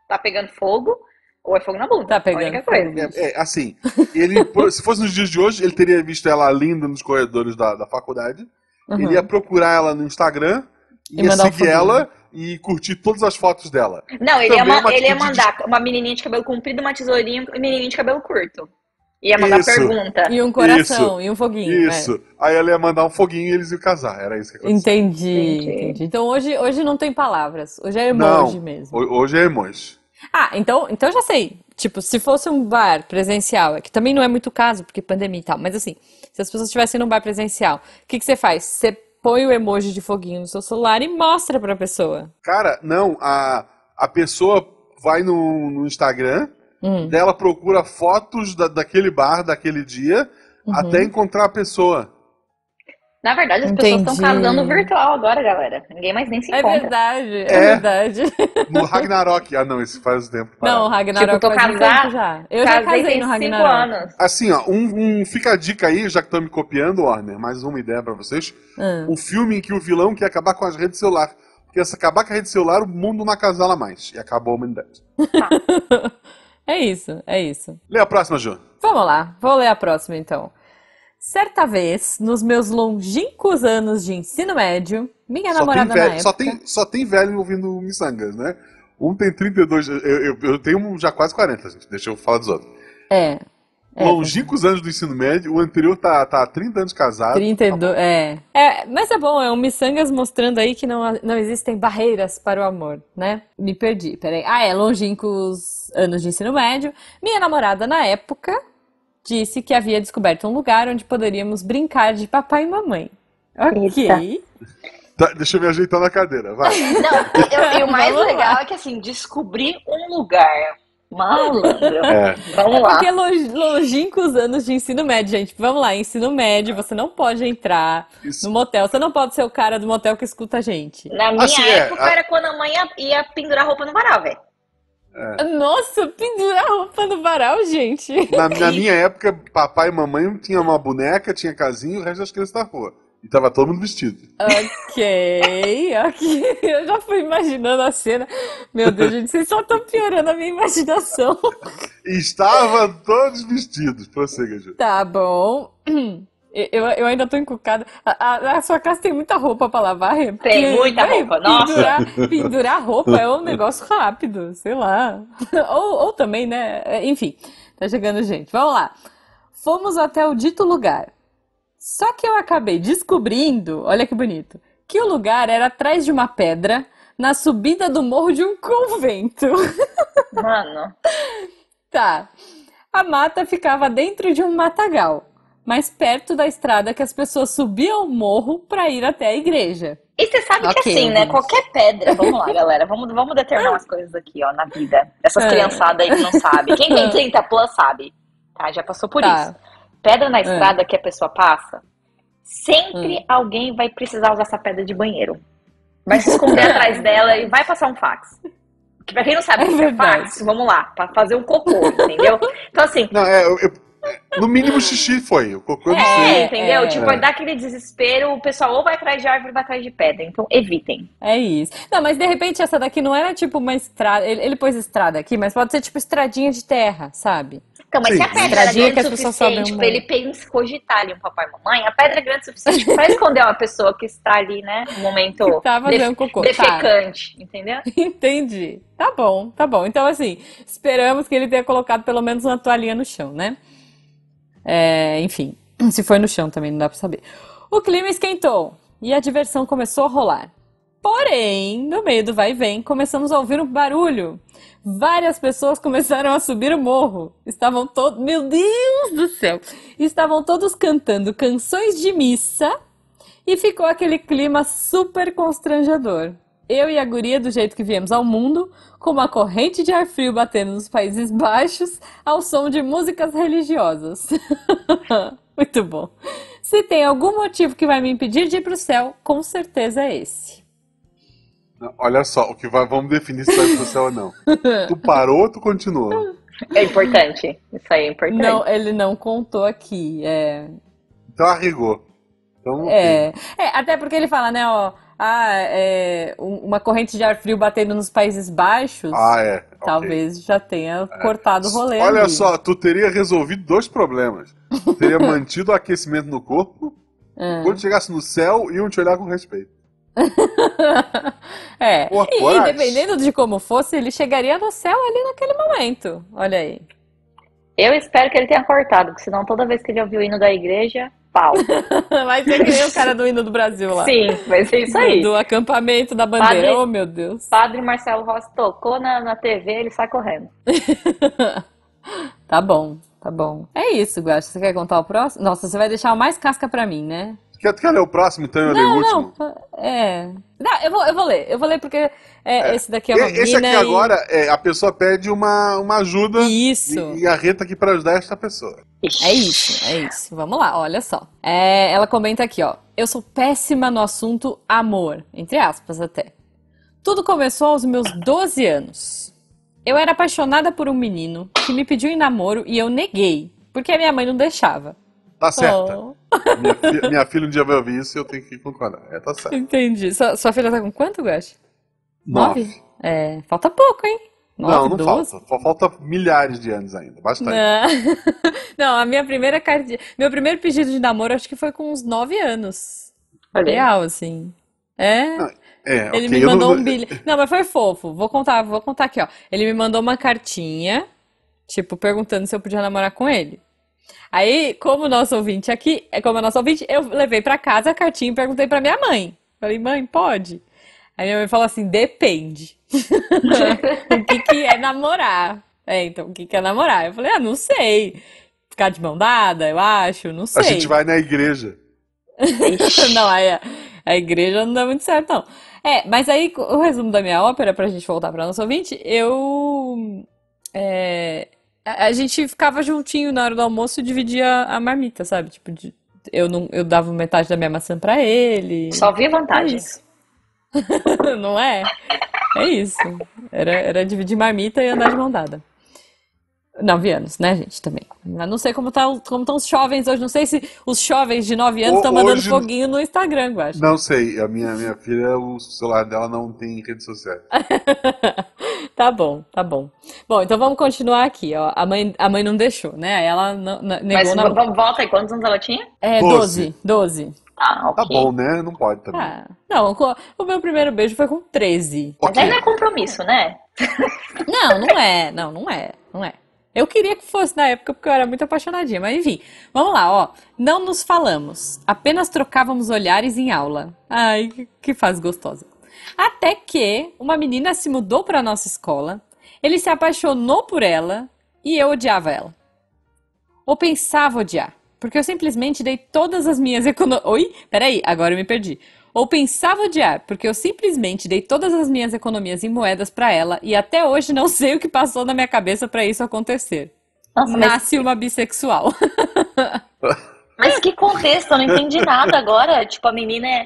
Speaker 3: tá pegando fogo, ou é fogo na bunda.
Speaker 1: Tá
Speaker 3: É a
Speaker 1: pegando
Speaker 3: única coisa.
Speaker 1: fogo.
Speaker 2: É, é, assim, ele, por- se fosse nos dias de hoje, ele teria visto ela linda nos corredores da, da faculdade.
Speaker 1: Uhum.
Speaker 2: Ele ia procurar ela no Instagram,
Speaker 1: E
Speaker 2: ia
Speaker 1: mandar um
Speaker 2: seguir
Speaker 1: foguinho.
Speaker 2: ela e curtir todas as fotos dela.
Speaker 3: Não, ele
Speaker 2: Também
Speaker 3: ia,
Speaker 2: é
Speaker 3: ma-
Speaker 2: uma
Speaker 3: ele ia
Speaker 2: atitude de-
Speaker 3: mandar uma menininha de cabelo comprido, uma tesourinha e um menininho de cabelo curto. Ia mandar
Speaker 2: Isso.
Speaker 3: pergunta.
Speaker 1: E um coração, e um foguinho, né?
Speaker 2: Isso. Aí ela ia mandar um foguinho e eles iam casar. Era isso que aconteceu.
Speaker 1: Entendi,
Speaker 3: Entendi.
Speaker 1: entendi. Então hoje, hoje não tem palavras, hoje é
Speaker 2: Não.
Speaker 1: emoji mesmo.
Speaker 2: Ho- Hoje é emoji.
Speaker 1: Ah, então, então já sei. Tipo, se fosse um bar presencial, é que também não é muito caso, porque pandemia e tal, mas assim, se as pessoas estivessem num bar presencial, o que que você faz? Você põe o emoji de foguinho no seu celular e mostra pra pessoa.
Speaker 2: Cara, não, a, a pessoa vai no, no Instagram,
Speaker 1: Hum.
Speaker 2: dela procura fotos da, daquele bar, daquele dia,
Speaker 1: Uhum.
Speaker 2: até encontrar a pessoa.
Speaker 3: Na verdade, as pessoas
Speaker 1: Entendi.
Speaker 3: estão casando virtual agora, galera. Ninguém mais nem se
Speaker 1: É
Speaker 3: encontra.
Speaker 1: verdade, é
Speaker 2: É.
Speaker 1: verdade.
Speaker 2: No Ragnarok. Ah, não, esse faz tempo.
Speaker 1: Não, o
Speaker 2: parado.
Speaker 1: Ragnarok
Speaker 3: Tipo, tô
Speaker 1: faz muito
Speaker 3: casada-
Speaker 1: tempo já. Eu já
Speaker 3: Casei
Speaker 1: casei
Speaker 3: tem
Speaker 1: no
Speaker 3: cinco
Speaker 1: Ragnarok.
Speaker 3: anos.
Speaker 2: Assim, ó, um, um- fica a dica aí, já que estão me copiando, Warner, mais uma ideia pra vocês.
Speaker 1: Hum.
Speaker 2: Um filme em que o vilão quer acabar com as redes celular. Porque se acabar com a rede celular, o mundo não acasala mais. E acabou a humanidade.
Speaker 1: É isso, é isso.
Speaker 2: Lê a próxima, Ju.
Speaker 1: Vamos lá, vou ler a próxima então. Certa vez, nos meus longínquos anos de ensino médio, minha
Speaker 2: Só tem,
Speaker 1: namorada tá na
Speaker 2: velho, só,
Speaker 1: época.
Speaker 2: tem, só tem velho ouvindo miçangas, né? Um tem 32, eu, eu, eu tenho um já quase 40, gente, deixa eu falar dos outros.
Speaker 1: É, É,
Speaker 2: Longínquos anos do ensino médio, o anterior tá, tá há 30 anos casado.
Speaker 1: 32, é. É, mas é bom, é um miçangas mostrando aí que não, não existem barreiras para o amor, né? Me perdi, peraí. Ah, é, longínquos anos de ensino médio. Minha namorada, na época, disse que havia descoberto um lugar onde poderíamos brincar de papai e mamãe. Ok.
Speaker 2: Tá, deixa eu me ajeitar na cadeira, vai.
Speaker 3: Não, e- eu- e o mais
Speaker 1: Vamos lá.
Speaker 3: legal é que assim, descobrir um lugar. Malandro.
Speaker 2: É.
Speaker 3: Vamos lá.
Speaker 1: Porque lo- longínquos anos de ensino médio, gente. Vamos lá, ensino médio, você não pode entrar
Speaker 2: Isso.
Speaker 1: no motel. Você não pode ser o cara do motel que escuta a gente.
Speaker 3: Na minha
Speaker 2: Assim, é,
Speaker 3: época
Speaker 2: a-
Speaker 3: era quando a mãe ia, ia pendurar roupa no varal, velho.
Speaker 1: Nossa, pendurar a roupa no varal, gente.
Speaker 2: Na, na minha época, papai e mamãe tinha uma boneca, tinha casinha e o resto das crianças tava fora. E tava todo mundo vestido.
Speaker 1: Ok, ok. Eu já fui imaginando a cena. Meu Deus, gente, vocês só estão piorando a minha imaginação.
Speaker 2: E estava todos vestidos. Prossiga, Ju.
Speaker 1: Tá bom. Eu, eu ainda tô encucada. A, a- a sua casa tem muita roupa pra lavar? Tem
Speaker 3: Tem muita roupa, nossa.
Speaker 1: Pendurar, pendurar roupa é um negócio rápido, sei lá. Ou, ou também, né? é, Enfim, tá chegando gente. Vamos lá. Fomos até o dito lugar. Só que eu acabei descobrindo, olha que bonito, que o lugar era atrás de uma pedra, na subida do morro de um convento.
Speaker 3: Mano.
Speaker 1: Tá. A mata ficava dentro de um matagal, mas perto da estrada que as pessoas subiam o morro pra ir até a igreja.
Speaker 3: E você sabe que
Speaker 1: Ok,
Speaker 3: assim, né?
Speaker 1: vamos.
Speaker 3: Qualquer pedra. Vamos lá, galera. Vamos, vamos determinar as coisas aqui, ó, na vida. Essas
Speaker 1: É.
Speaker 3: criançadas aí que não sabem. Quem tem 30 plus sabe. Tá? Já passou por
Speaker 1: Tá.
Speaker 3: isso. Pedra na estrada que a pessoa passa,
Speaker 1: Hum.
Speaker 3: sempre alguém vai precisar usar essa pedra de banheiro. Vai se esconder atrás dela e vai passar um fax. Que pra quem não sabe
Speaker 1: É
Speaker 3: o que é
Speaker 1: verdade.
Speaker 3: fax, vamos lá, pra fazer um cocô, entendeu? Então assim,
Speaker 2: Não, é, eu- eu- no mínimo xixi foi. O cocô eu não sei.
Speaker 3: É,
Speaker 1: É,
Speaker 3: entendeu?
Speaker 1: é.
Speaker 3: Tipo, vai dar aquele desespero, o pessoal ou vai atrás de árvore ou vai atrás de pedra. Então, evitem.
Speaker 1: É isso. Não, mas de repente essa daqui não era tipo uma estrada. Ele, ele pôs estrada aqui, mas pode ser tipo estradinha de terra, sabe?
Speaker 3: Então, mas
Speaker 2: Sim.
Speaker 3: se a pedra
Speaker 1: Estradinha
Speaker 3: é
Speaker 1: que
Speaker 3: grande
Speaker 1: as
Speaker 3: o
Speaker 1: pessoas
Speaker 3: suficiente
Speaker 1: sobem
Speaker 3: pra ele pens- cogitar ali um papai e mamãe, a pedra é grande o suficiente pra esconder uma pessoa que está ali, né? No momento
Speaker 1: Tava
Speaker 3: def-
Speaker 1: fazendo cocô. Tá.
Speaker 3: defecante, entendeu?
Speaker 1: Entendi. Tá bom, tá bom. Então, assim, esperamos que ele tenha colocado pelo menos uma toalhinha no chão, né? É, enfim, se foi no chão também não dá pra saber. O clima esquentou e a diversão começou a rolar. Porém, no meio do vai e vem, começamos a ouvir um barulho. Várias pessoas começaram a subir o morro. Estavam todos. Meu Deus do céu! Estavam todos cantando canções de missa e ficou aquele clima super constrangedor. Eu e a guria, do jeito que viemos ao mundo, com uma corrente de ar frio batendo nos Países Baixos, ao som de músicas religiosas. Muito bom. Se tem algum motivo que vai me impedir de ir pro céu, com certeza é esse.
Speaker 2: Não, Olha só, o que vai, vamos definir se vai pro céu ou não. Tu parou ou tu continuou?
Speaker 3: É importante. Isso aí é importante.
Speaker 1: Não, ele não contou aqui. É,
Speaker 2: Então arrigou. Então, ok.
Speaker 1: é, é, até porque ele fala, né, ó, ah, é, um- uma corrente de ar frio batendo nos Países Baixos,
Speaker 2: Ah, é. ok. É.
Speaker 1: talvez já tenha cortado o rolê
Speaker 2: Olha
Speaker 1: ali.
Speaker 2: só, tu teria resolvido dois problemas. Tu teria mantido o aquecimento no corpo,
Speaker 1: É.
Speaker 2: quando chegasse no céu, iam te olhar com respeito.
Speaker 1: É,
Speaker 2: Pô,
Speaker 1: e
Speaker 2: coragem.
Speaker 1: dependendo de como fosse, ele chegaria no céu ali naquele momento. Olha aí.
Speaker 3: Eu espero que ele tenha cortado, porque senão toda vez que ele ouvir o hino da igreja, pau.
Speaker 1: Vai ter que nem o cara do hino do Brasil lá.
Speaker 3: Sim, vai ser isso aí.
Speaker 1: Do acampamento da bandeira.
Speaker 3: Padre-
Speaker 1: Oh, meu Deus.
Speaker 3: Padre Marcelo Rossi tocou na, na TV, ele sai correndo.
Speaker 1: Tá bom, tá bom. É isso, Guaxa. Você quer contar o próximo? Nossa, você vai deixar o mais casca pra mim, né?
Speaker 2: Quer, quer ler o próximo, então eu leio o
Speaker 1: Não,
Speaker 2: último?
Speaker 1: não. É. Não, eu vou, eu vou ler. Eu vou ler porque é, esse daqui é uma
Speaker 2: E- Esse aqui
Speaker 1: menina e-
Speaker 2: agora, é, a pessoa pede uma, uma ajuda
Speaker 1: Isso.
Speaker 2: e, e a Rita aqui pra ajudar esta pessoa.
Speaker 1: É isso, é isso. Vamos lá, olha só. É, ela comenta aqui, ó. Eu sou péssima no assunto amor, entre aspas até. Tudo começou aos meus 12 anos. Eu era apaixonada por um menino que me pediu em namoro e eu neguei, porque a minha mãe não deixava.
Speaker 2: Tá certa.
Speaker 1: Oh,
Speaker 2: Minha, fi- minha filha um dia vai ouvir isso e eu tenho que concordar. É, tá certo.
Speaker 1: entendi. Sua, sua filha tá com quanto, Guache?
Speaker 2: Nove.
Speaker 1: É, falta pouco, hein?
Speaker 2: Não,
Speaker 1: Nove,
Speaker 2: não
Speaker 1: doze?
Speaker 2: falta. Fa- Falta milhares de anos ainda. Bastante.
Speaker 1: Não. Não, a minha primeira carta. Meu primeiro pedido de namoro acho que foi com uns 9 anos.
Speaker 3: Olha, aí.
Speaker 1: Real, assim. É.
Speaker 2: É,
Speaker 1: Ele
Speaker 2: ok,
Speaker 1: me
Speaker 2: eu não
Speaker 1: mandou
Speaker 2: vou-
Speaker 1: um bilhão. Não, mas foi fofo. Vou contar, vou contar aqui, ó. Ele me mandou uma cartinha, tipo, perguntando se eu podia namorar com ele. Aí, como nosso ouvinte aqui, é como nosso ouvinte, eu levei pra casa a cartinha e perguntei pra minha mãe. Falei, mãe, pode? Aí minha mãe falou assim, depende. O que que é namorar? É, então, o que que é namorar? Eu falei, ah, não sei. Ficar de mão dada, eu acho, não
Speaker 2: A
Speaker 1: sei.
Speaker 2: gente vai na igreja.
Speaker 1: Não, aí a, a igreja não dá muito certo, não. É, mas aí co- o resumo da minha ópera, pra gente voltar pra nosso ouvinte, eu é, a, a gente ficava juntinho na hora do almoço e dividia a marmita, sabe? Tipo, de- eu não, eu dava metade da minha maçã pra ele.
Speaker 3: Só vi
Speaker 1: É
Speaker 3: vantagem.
Speaker 1: isso. Não é? É isso. Era, era dividir marmita e andar de mão dada. Nove anos, né, gente, também. Mas não sei como tá, o- como estão os jovens hoje. Não sei se os jovens de nove anos
Speaker 2: Ho-
Speaker 1: estão mandando
Speaker 2: hoje-
Speaker 1: foguinho no Instagram, eu acho.
Speaker 2: Não sei, a minha, minha filha, o celular dela não tem redes sociais.
Speaker 1: Tá bom, tá bom. Bom, então vamos continuar aqui, ó. A mãe, a mãe não deixou, né? Aí Ela não- não-
Speaker 3: Mas
Speaker 1: negou na
Speaker 3: v- v- volta aí, quantos anos ela tinha?
Speaker 1: É,
Speaker 2: Doze.
Speaker 1: 12, 12.
Speaker 3: Ah,
Speaker 2: Tá
Speaker 3: ok.
Speaker 2: bom, né? Não pode também.
Speaker 1: Ah, não, co- o meu primeiro beijo foi com 13.
Speaker 3: Mas
Speaker 2: Ok.
Speaker 3: aí não é compromisso, né?
Speaker 1: Não, não é, não, não é, não é. Eu queria que fosse na época porque eu era muito apaixonadinha, mas enfim. Vamos lá, ó. Não nos falamos, apenas trocávamos olhares em aula. Ai, que, que fase gostosa. Até que uma menina se mudou para nossa escola, ele se apaixonou por ela e eu odiava ela. Ou pensava odiar, porque eu simplesmente dei todas as minhas econo... Oi? Peraí, agora eu me perdi. Ou pensava odiar, porque eu simplesmente dei todas as minhas economias em moedas pra ela e até hoje não sei o que passou na minha cabeça pra isso acontecer.
Speaker 3: Nossa, mas,
Speaker 1: Nasce uma bissexual.
Speaker 3: mas que contexto? Eu não entendi nada agora. Tipo, a menina é.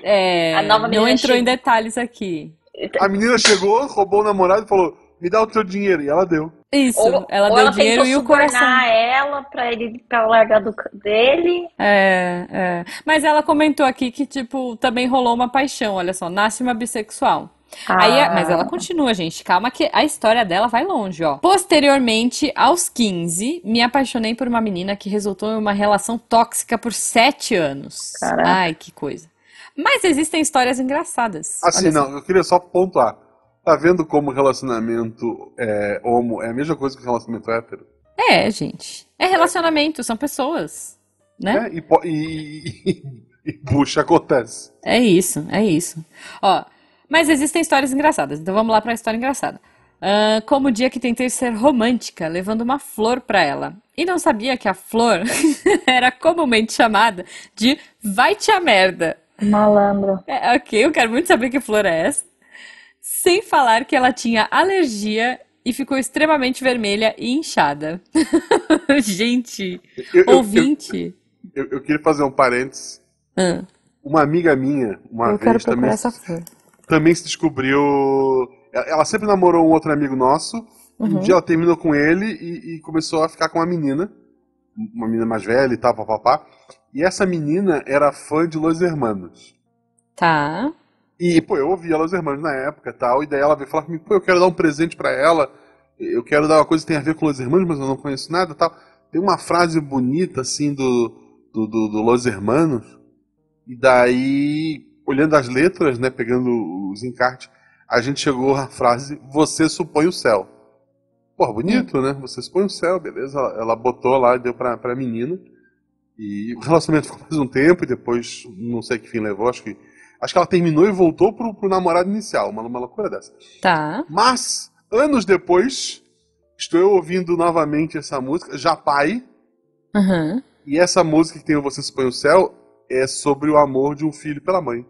Speaker 1: É,
Speaker 3: A nova
Speaker 1: não
Speaker 3: menina
Speaker 1: entrou em
Speaker 3: chega.
Speaker 1: detalhes aqui.
Speaker 2: A menina chegou, roubou o namorado e falou: me dá o teu dinheiro. E ela deu.
Speaker 1: Isso,
Speaker 3: Ou,
Speaker 1: ela
Speaker 3: ou
Speaker 1: deu
Speaker 3: ela
Speaker 1: dinheiro
Speaker 3: tentou
Speaker 1: e o coração.
Speaker 3: subornar ela pra ele pra ela largar do, ca- dele.
Speaker 1: É, é. Mas ela comentou aqui que, tipo, também rolou uma paixão, olha só, nasce uma bissexual. Aí,
Speaker 3: Ah,
Speaker 1: a- mas ela continua, gente. Calma que a história dela vai longe, ó. Posteriormente, aos 15, me apaixonei por uma menina que resultou em uma relação tóxica por 7 anos.
Speaker 3: Caraca.
Speaker 1: Ai, que coisa. Mas existem histórias engraçadas.
Speaker 2: Assim,
Speaker 1: Olha só.
Speaker 2: não, eu queria só pontuar. Tá vendo como relacionamento é, homo é a mesma coisa que relacionamento hétero?
Speaker 1: É, gente. É relacionamento, são pessoas, né?
Speaker 2: É, e, po- e, e, e bucha acontece.
Speaker 1: É isso, é isso. Ó, mas existem histórias engraçadas, então vamos lá pra história engraçada. Ahn, como o dia que tentei ser romântica, levando uma flor pra ela. E não sabia que a flor era comumente chamada de vai-te a merda.
Speaker 3: Malandro.
Speaker 1: É, ok, eu quero muito saber que flor é essa. Sem falar que ela tinha alergia e ficou extremamente vermelha e inchada. Gente,
Speaker 2: Eu, eu, eu,
Speaker 1: ouvinte.
Speaker 2: eu- eu queria fazer um parênteses.
Speaker 1: Ahn,
Speaker 2: Uma amiga minha, uma
Speaker 1: eu quero
Speaker 2: vez,
Speaker 1: procurar
Speaker 2: também,
Speaker 1: essa flor.
Speaker 2: também se descobriu. Ela ela sempre namorou um outro amigo nosso. e Um
Speaker 1: Uhum.
Speaker 2: dia ela terminou com ele e, e começou a ficar com uma menina. Uma menina mais velha e tal, papapá. E essa menina era fã de Los Hermanos.
Speaker 1: Tá.
Speaker 2: E, pô, eu ouvia Los Hermanos na época e tal, e daí ela veio falar comigo, pô, eu quero dar um presente pra ela, eu quero dar uma coisa que tem a ver com Los Hermanos, mas eu não conheço nada e tal. Tem uma frase bonita, assim, do, do, do, do Los Hermanos, e daí, olhando as letras, né, pegando os encartes, a gente chegou à frase, você supõe o céu. Pô, bonito, né? Você supõe o céu, beleza. Ela, ela botou lá, deu pra, pra menina, e o relacionamento ficou mais um tempo, e depois, não sei que fim levou, acho que Acho que ela terminou e voltou pro, pro namorado inicial, uma, uma loucura dessa.
Speaker 1: Tá.
Speaker 2: Mas, anos depois, estou eu ouvindo novamente essa música, Japai,
Speaker 1: Aham.
Speaker 2: e essa música que tem o Você Se Põe o Céu é sobre o amor de um filho pela mãe.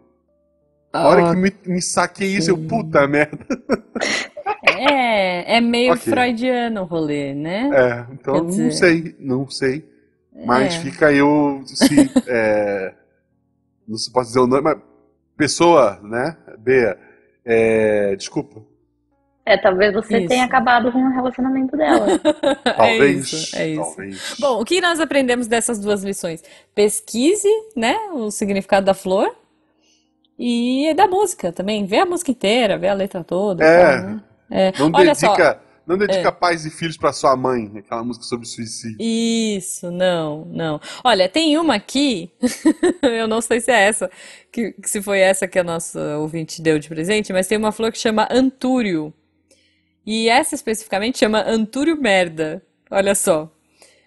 Speaker 1: Ah,
Speaker 2: A hora que me, me saquei isso, eu, puta merda.
Speaker 1: É, é meio
Speaker 2: Ok.
Speaker 1: freudiano o rolê, né?
Speaker 2: É, então
Speaker 1: Quer
Speaker 2: não
Speaker 1: dizer-
Speaker 2: sei, não sei. Mas
Speaker 1: É.
Speaker 2: fica aí o. Se, é, não se pode dizer o nome, mas. Pessoa, né? Bea, é, desculpa.
Speaker 3: É, talvez você
Speaker 1: Isso.
Speaker 3: tenha acabado com o relacionamento dela.
Speaker 2: Talvez.
Speaker 1: É isso, é isso.
Speaker 2: Talvez.
Speaker 1: Bom, o que nós aprendemos dessas duas lições? Pesquise, né, o significado da flor e da música também. Vê a música inteira, vê a letra toda. e
Speaker 2: É.
Speaker 1: tal, né? É,
Speaker 2: Não
Speaker 1: olha só. É.
Speaker 2: dedica, não dedica pais e filhos pra sua mãe, aquela música sobre suicídio.
Speaker 1: Isso, não, não. Olha, tem uma aqui, eu não sei se é essa, que, que se foi essa que a nossa ouvinte deu de presente, mas tem uma flor que chama Antúrio. E essa especificamente chama Antúrio Merda. Olha só.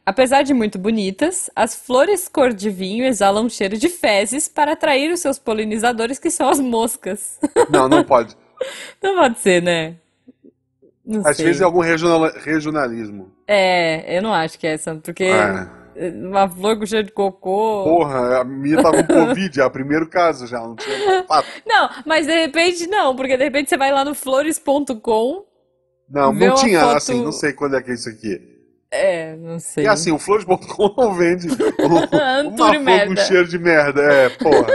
Speaker 1: Apesar de muito bonitas, as flores cor de vinho exalam um cheiro de fezes para atrair os seus polinizadores, que são as moscas.
Speaker 2: Não, não pode.
Speaker 1: Não pode ser, né? Não
Speaker 2: Às
Speaker 1: sei.
Speaker 2: vezes é algum regional- regionalismo.
Speaker 1: É, eu não acho que é essa, porque
Speaker 2: É.
Speaker 1: eh, uma flor com cheiro de cocô.
Speaker 2: Porra, a minha tava com Covid, é o primeiro caso já, não tinha fato.
Speaker 1: Não, mas de repente não, porque de repente você vai lá no flores.com
Speaker 2: Não,
Speaker 1: Vê
Speaker 2: não
Speaker 1: uma
Speaker 2: tinha,
Speaker 1: foto-
Speaker 2: assim, não sei quando é que é isso aqui.
Speaker 1: É, não sei.
Speaker 2: E assim, o flores.com não vende o,
Speaker 1: Tudo
Speaker 2: uma fogo com
Speaker 1: merda.
Speaker 2: cheiro de merda. É, porra.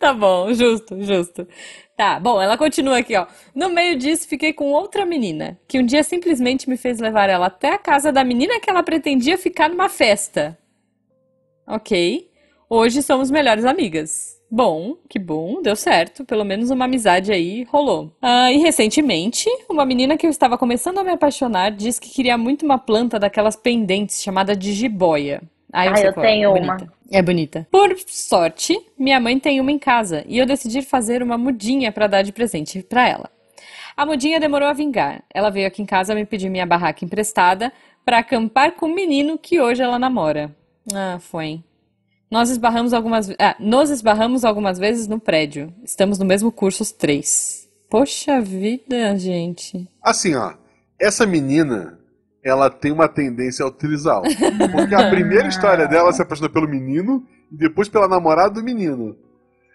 Speaker 1: Tá bom, justo, justo. Tá, bom, ela continua aqui, ó. No meio disso, fiquei com outra menina, que um dia simplesmente me fez levar ela até a casa da menina que ela pretendia ficar numa festa. Ok. Hoje somos melhores amigas. Bom, que bom, deu certo. Pelo menos uma amizade aí rolou. Ah, e recentemente, uma menina que eu estava começando a me apaixonar disse que queria muito uma planta daquelas pendentes chamada de jiboia. Ah, eu
Speaker 3: Ah,
Speaker 1: sei
Speaker 3: eu
Speaker 1: qual é.
Speaker 3: tenho uma.
Speaker 1: Bonita. É bonita. Por sorte, minha mãe tem uma em casa e eu decidi fazer uma mudinha para dar de presente para ela. A mudinha demorou a vingar. Ela veio aqui em casa me pedir minha barraca emprestada para acampar com o menino que hoje ela namora. Ah, foi. Nós esbarramos algumas, ve- ah, nos esbarramos algumas vezes no prédio. Estamos no mesmo curso os três. Poxa vida, gente.
Speaker 2: Assim, ó, essa menina, ela tem uma tendência ao trisal. Porque a primeira história dela se apaixonou pelo menino e depois pela namorada do menino.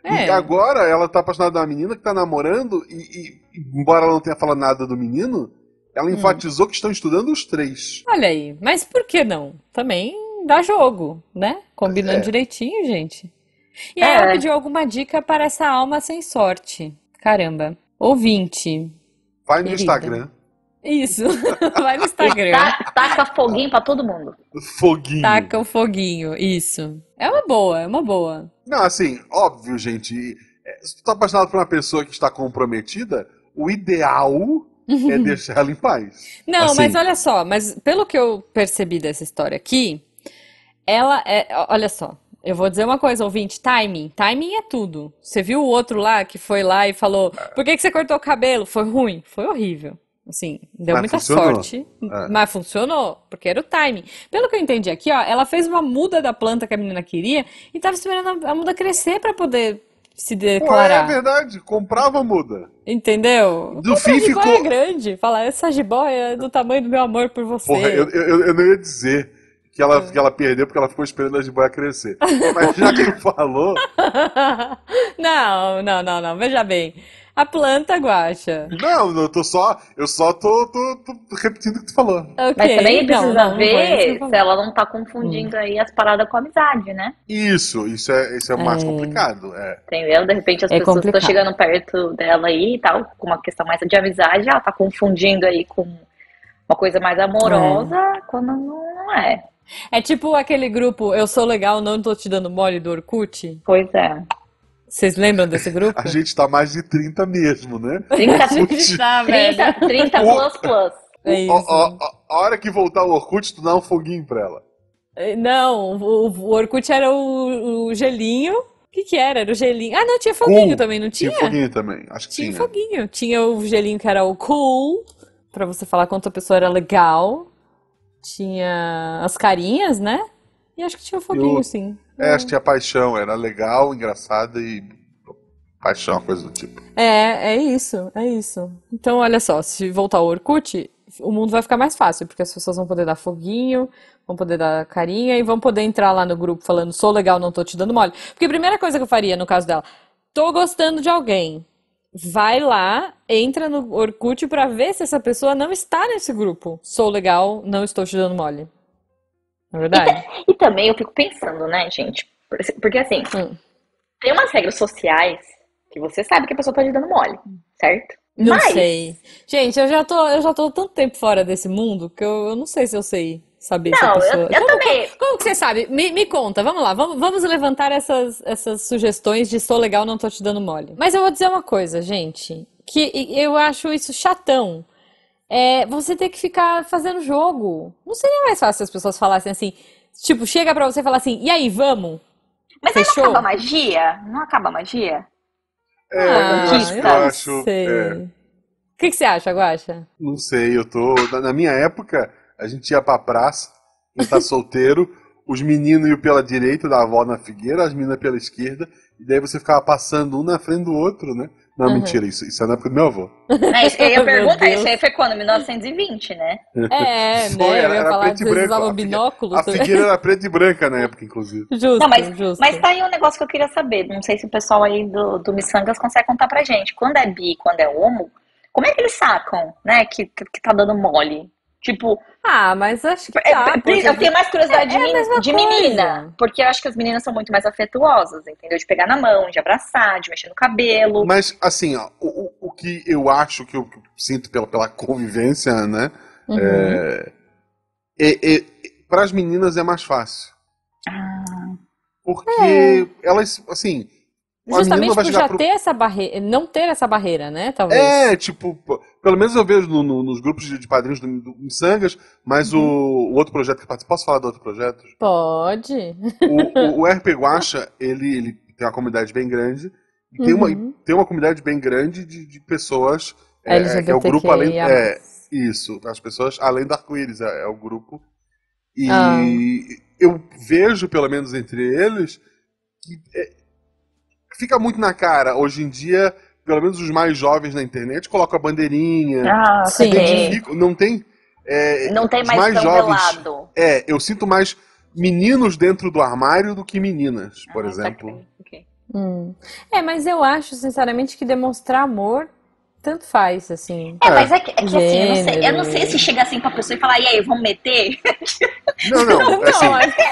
Speaker 1: É.
Speaker 2: E agora ela tá apaixonada da menina que tá namorando e, e- embora ela não tenha falado nada do menino, ela
Speaker 1: Hum.
Speaker 2: enfatizou que estão estudando os três.
Speaker 1: Olha aí, mas por que não? Também dá jogo, né? Combinando
Speaker 2: É.
Speaker 1: direitinho, gente. E aí
Speaker 3: É.
Speaker 1: ela pediu alguma dica para essa alma sem sorte. Caramba. Ouvinte.
Speaker 2: Vai no
Speaker 1: Querida.
Speaker 2: Instagram.
Speaker 1: Isso. Vai no Instagram.
Speaker 3: Tá- taca foguinho pra todo mundo.
Speaker 2: Foguinho.
Speaker 1: Taca o foguinho. Isso. É uma boa, é uma boa.
Speaker 2: Não, assim, óbvio, gente. é, Se tu tá apaixonado por uma pessoa que está comprometida, o ideal é deixar ela em paz.
Speaker 1: Não, mas
Speaker 2: Assim,
Speaker 1: olha só, mas pelo que eu percebi dessa história aqui, ela é. ó, Olha só, eu vou dizer uma coisa, ouvinte: timing. Timing é tudo. Você viu o outro lá que foi lá e falou: Por que que você cortou o cabelo? Foi ruim, foi horrível. Assim, deu
Speaker 2: Mas
Speaker 1: muita
Speaker 2: funcionou.
Speaker 1: sorte,
Speaker 2: É.
Speaker 1: mas funcionou, porque era o timing. Pelo que eu entendi aqui, ó, ela fez uma muda da planta que a menina queria e tava esperando a a muda crescer pra poder se
Speaker 2: Pô, é
Speaker 1: declarar.
Speaker 2: verdade, comprava muda.
Speaker 1: Entendeu?
Speaker 2: Do
Speaker 1: Compra
Speaker 2: fim
Speaker 1: jiboia
Speaker 2: ficou-
Speaker 1: é grande. Fala, essa jiboia é do tamanho do meu amor por você.
Speaker 2: Porra, eu, eu, eu não ia dizer que ela, que ela perdeu porque ela ficou esperando a jiboia crescer. Mas já que falou,
Speaker 1: Não, não, não, não. Veja bem. A planta guaxa.
Speaker 2: não, eu tô só, eu só tô, tô, tô repetindo o que tu falou.
Speaker 1: Ok.
Speaker 3: Mas também
Speaker 1: não,
Speaker 3: precisa
Speaker 1: não, não foi isso que eu
Speaker 3: ver se
Speaker 1: falei. Hum.
Speaker 3: ela não tá confundindo aí as paradas com amizade, né?
Speaker 2: Isso, isso é, isso é o mais
Speaker 1: É.
Speaker 2: complicado. É.
Speaker 3: Entendeu? De repente as
Speaker 1: É
Speaker 3: pessoas estão
Speaker 1: complicado.
Speaker 3: chegando perto dela aí e tal, com uma questão mais de amizade, ela tá confundindo aí com uma coisa mais amorosa, quando não é.
Speaker 1: É tipo aquele grupo Eu Sou Legal, Não Tô Te Dando Mole do Orkut.
Speaker 3: Pois é.
Speaker 1: Vocês lembram desse grupo?
Speaker 2: A gente tá mais de 30 mesmo, né?
Speaker 3: 30,
Speaker 1: A gente tá, velho.
Speaker 3: 30, 30 plus plus.
Speaker 1: É
Speaker 2: Ó,
Speaker 1: isso.
Speaker 2: ó, ó, a hora que voltar o Orkut, tu dá um foguinho pra ela.
Speaker 1: É, Não, o, o Orkut era o, o gelinho. O que que era? Era o gelinho. Ah, não, tinha foguinho
Speaker 2: Cool.
Speaker 1: também, não
Speaker 2: Tinha
Speaker 1: tinha?
Speaker 2: foguinho também, acho que né?
Speaker 1: Tinha um
Speaker 2: tinha.
Speaker 1: foguinho. Tinha o gelinho que era o cool, pra você falar quanto a pessoa era legal. Tinha as carinhas, né? E acho que tinha o foguinho,
Speaker 2: Eu-
Speaker 1: sim.
Speaker 2: É, acho que tinha paixão, era legal, engraçada e paixão, coisa do tipo.
Speaker 1: É, é isso, é isso. Então, olha só, se voltar ao Orkut, o mundo vai ficar mais fácil, porque as pessoas vão poder dar foguinho, vão poder dar carinha e vão poder entrar lá no grupo falando, sou legal, não tô te dando mole. Porque a primeira coisa que eu faria no caso dela, tô gostando de alguém. Vai lá, entra no Orkut pra ver se essa pessoa não está nesse grupo. Sou legal, não estou te dando mole. Não é verdade?
Speaker 3: E também eu fico pensando, né, gente? Por- Porque assim,
Speaker 1: Hum.
Speaker 3: tem umas regras sociais que você sabe que a pessoa tá te dando mole, certo?
Speaker 1: Não
Speaker 3: Mas
Speaker 1: sei. Gente, eu já tô, eu já tô tanto tempo fora desse mundo que eu, eu não sei se eu sei saber se a
Speaker 3: Não, eu,
Speaker 1: pessoa.
Speaker 3: eu também.
Speaker 1: Como que você sabe? Me, me conta, vamos lá, vamos, vamos levantar essas, essas sugestões de sou legal, não tô te dando mole. Mas eu vou dizer uma coisa, gente, que e- eu acho isso chatão. É você ter que ficar fazendo jogo. Não seria mais fácil se as pessoas falassem assim, tipo, chega pra você e fala assim, e aí, vamos?
Speaker 3: Mas aí não
Speaker 1: Fechou?
Speaker 3: acaba a magia? Não acaba a magia?
Speaker 2: É, eu
Speaker 1: Ah,
Speaker 2: acho,
Speaker 1: eu
Speaker 2: eu
Speaker 1: não
Speaker 2: acho.
Speaker 1: sei.
Speaker 2: é,
Speaker 1: O que que você acha, Guaxa?
Speaker 2: não sei, eu tô. Na, na minha época, a gente ia pra praça, quem tá solteiro, os meninos iam pela direita da avó na figueira, as meninas pela esquerda, e daí você ficava passando um na frente do outro, né? Não,
Speaker 1: Uhum.
Speaker 2: mentira, isso, isso é na época do meu avô.
Speaker 3: É, isso que eu ia
Speaker 1: Meu
Speaker 3: perguntar,
Speaker 1: Deus.
Speaker 3: isso aí foi quando? 1920, né?
Speaker 1: É, né?
Speaker 2: Foi,
Speaker 1: Eu
Speaker 2: era-
Speaker 1: ia
Speaker 2: era
Speaker 1: falar
Speaker 2: preto
Speaker 1: que
Speaker 2: e
Speaker 1: vocês
Speaker 2: branco,
Speaker 1: usavam
Speaker 2: a figue-
Speaker 1: binóculo
Speaker 2: A
Speaker 1: também.
Speaker 2: figueira era preta e branca na época, inclusive.
Speaker 1: Justo,
Speaker 3: Não, mas,
Speaker 1: justo.
Speaker 3: mas tá aí um negócio que eu queria saber. Não sei se o pessoal aí do, do Missangas consegue contar pra gente. Quando é bi, quando é homo, Como é que eles sacam, né? Que, que tá dando mole. Tipo,
Speaker 1: Ah, mas acho que
Speaker 3: é,
Speaker 1: dá,
Speaker 3: pri-
Speaker 1: pô,
Speaker 3: eu tenho mais curiosidade
Speaker 1: É- é
Speaker 3: de,
Speaker 1: a
Speaker 3: meni-
Speaker 1: mesma
Speaker 3: de
Speaker 1: coisa.
Speaker 3: menina. Porque eu acho que as meninas são muito mais afetuosas, entendeu? De pegar na mão, de abraçar, de mexer no cabelo.
Speaker 2: Mas, assim, ó, o, o- o que eu acho que eu que eu sinto pela, pela convivência, né?
Speaker 1: Uhum.
Speaker 2: para as meninas é mais fácil.
Speaker 3: Ah,
Speaker 2: Porque elas, assim.
Speaker 1: É.
Speaker 2: a menina
Speaker 1: Justamente
Speaker 2: vai
Speaker 1: por
Speaker 2: chegar
Speaker 1: já
Speaker 2: pro-
Speaker 1: ter essa barreira, não ter essa barreira, né? Talvez.
Speaker 2: É, tipo, p- pelo menos eu vejo no- no- nos grupos de, de padrinhos do, do Missangas, mas o, o outro projeto que eu participo. Posso falar do outro projeto?
Speaker 1: Pode.
Speaker 2: O, o, o RP Guacha, ele, ele tem uma comunidade bem grande. E tem, uma,
Speaker 1: Uhum.
Speaker 2: tem uma comunidade bem grande de, de pessoas. é, é, que é o grupo além.
Speaker 1: LGBTQIA+.
Speaker 2: É, isso, as pessoas além do arco-íris, é, é o grupo. E
Speaker 1: Ah.
Speaker 2: eu vejo, pelo menos entre eles, que é, fica muito na cara. Hoje em dia, pelo menos os mais jovens na internet colocam a bandeirinha,
Speaker 3: ah,
Speaker 1: Sim.
Speaker 3: ok.
Speaker 2: identificam, não tem. é,
Speaker 3: Não tem
Speaker 2: os
Speaker 3: mais
Speaker 2: mais
Speaker 3: tão
Speaker 2: jovens.
Speaker 3: velado.
Speaker 2: É, eu sinto mais meninos dentro do armário do que meninas, por
Speaker 1: tá
Speaker 3: Ah,
Speaker 2: exemplo.
Speaker 3: saquei. Ok.
Speaker 1: Hum. É, mas eu acho, sinceramente, que demonstrar amor tanto faz, assim.
Speaker 3: É, mas é que, é que assim, eu não, sei, eu não sei
Speaker 1: Gênero.
Speaker 3: se chegar assim pra pessoa e falar, e aí, vamos meter?
Speaker 2: Não, não,
Speaker 1: Não,
Speaker 2: é assim,
Speaker 1: acho-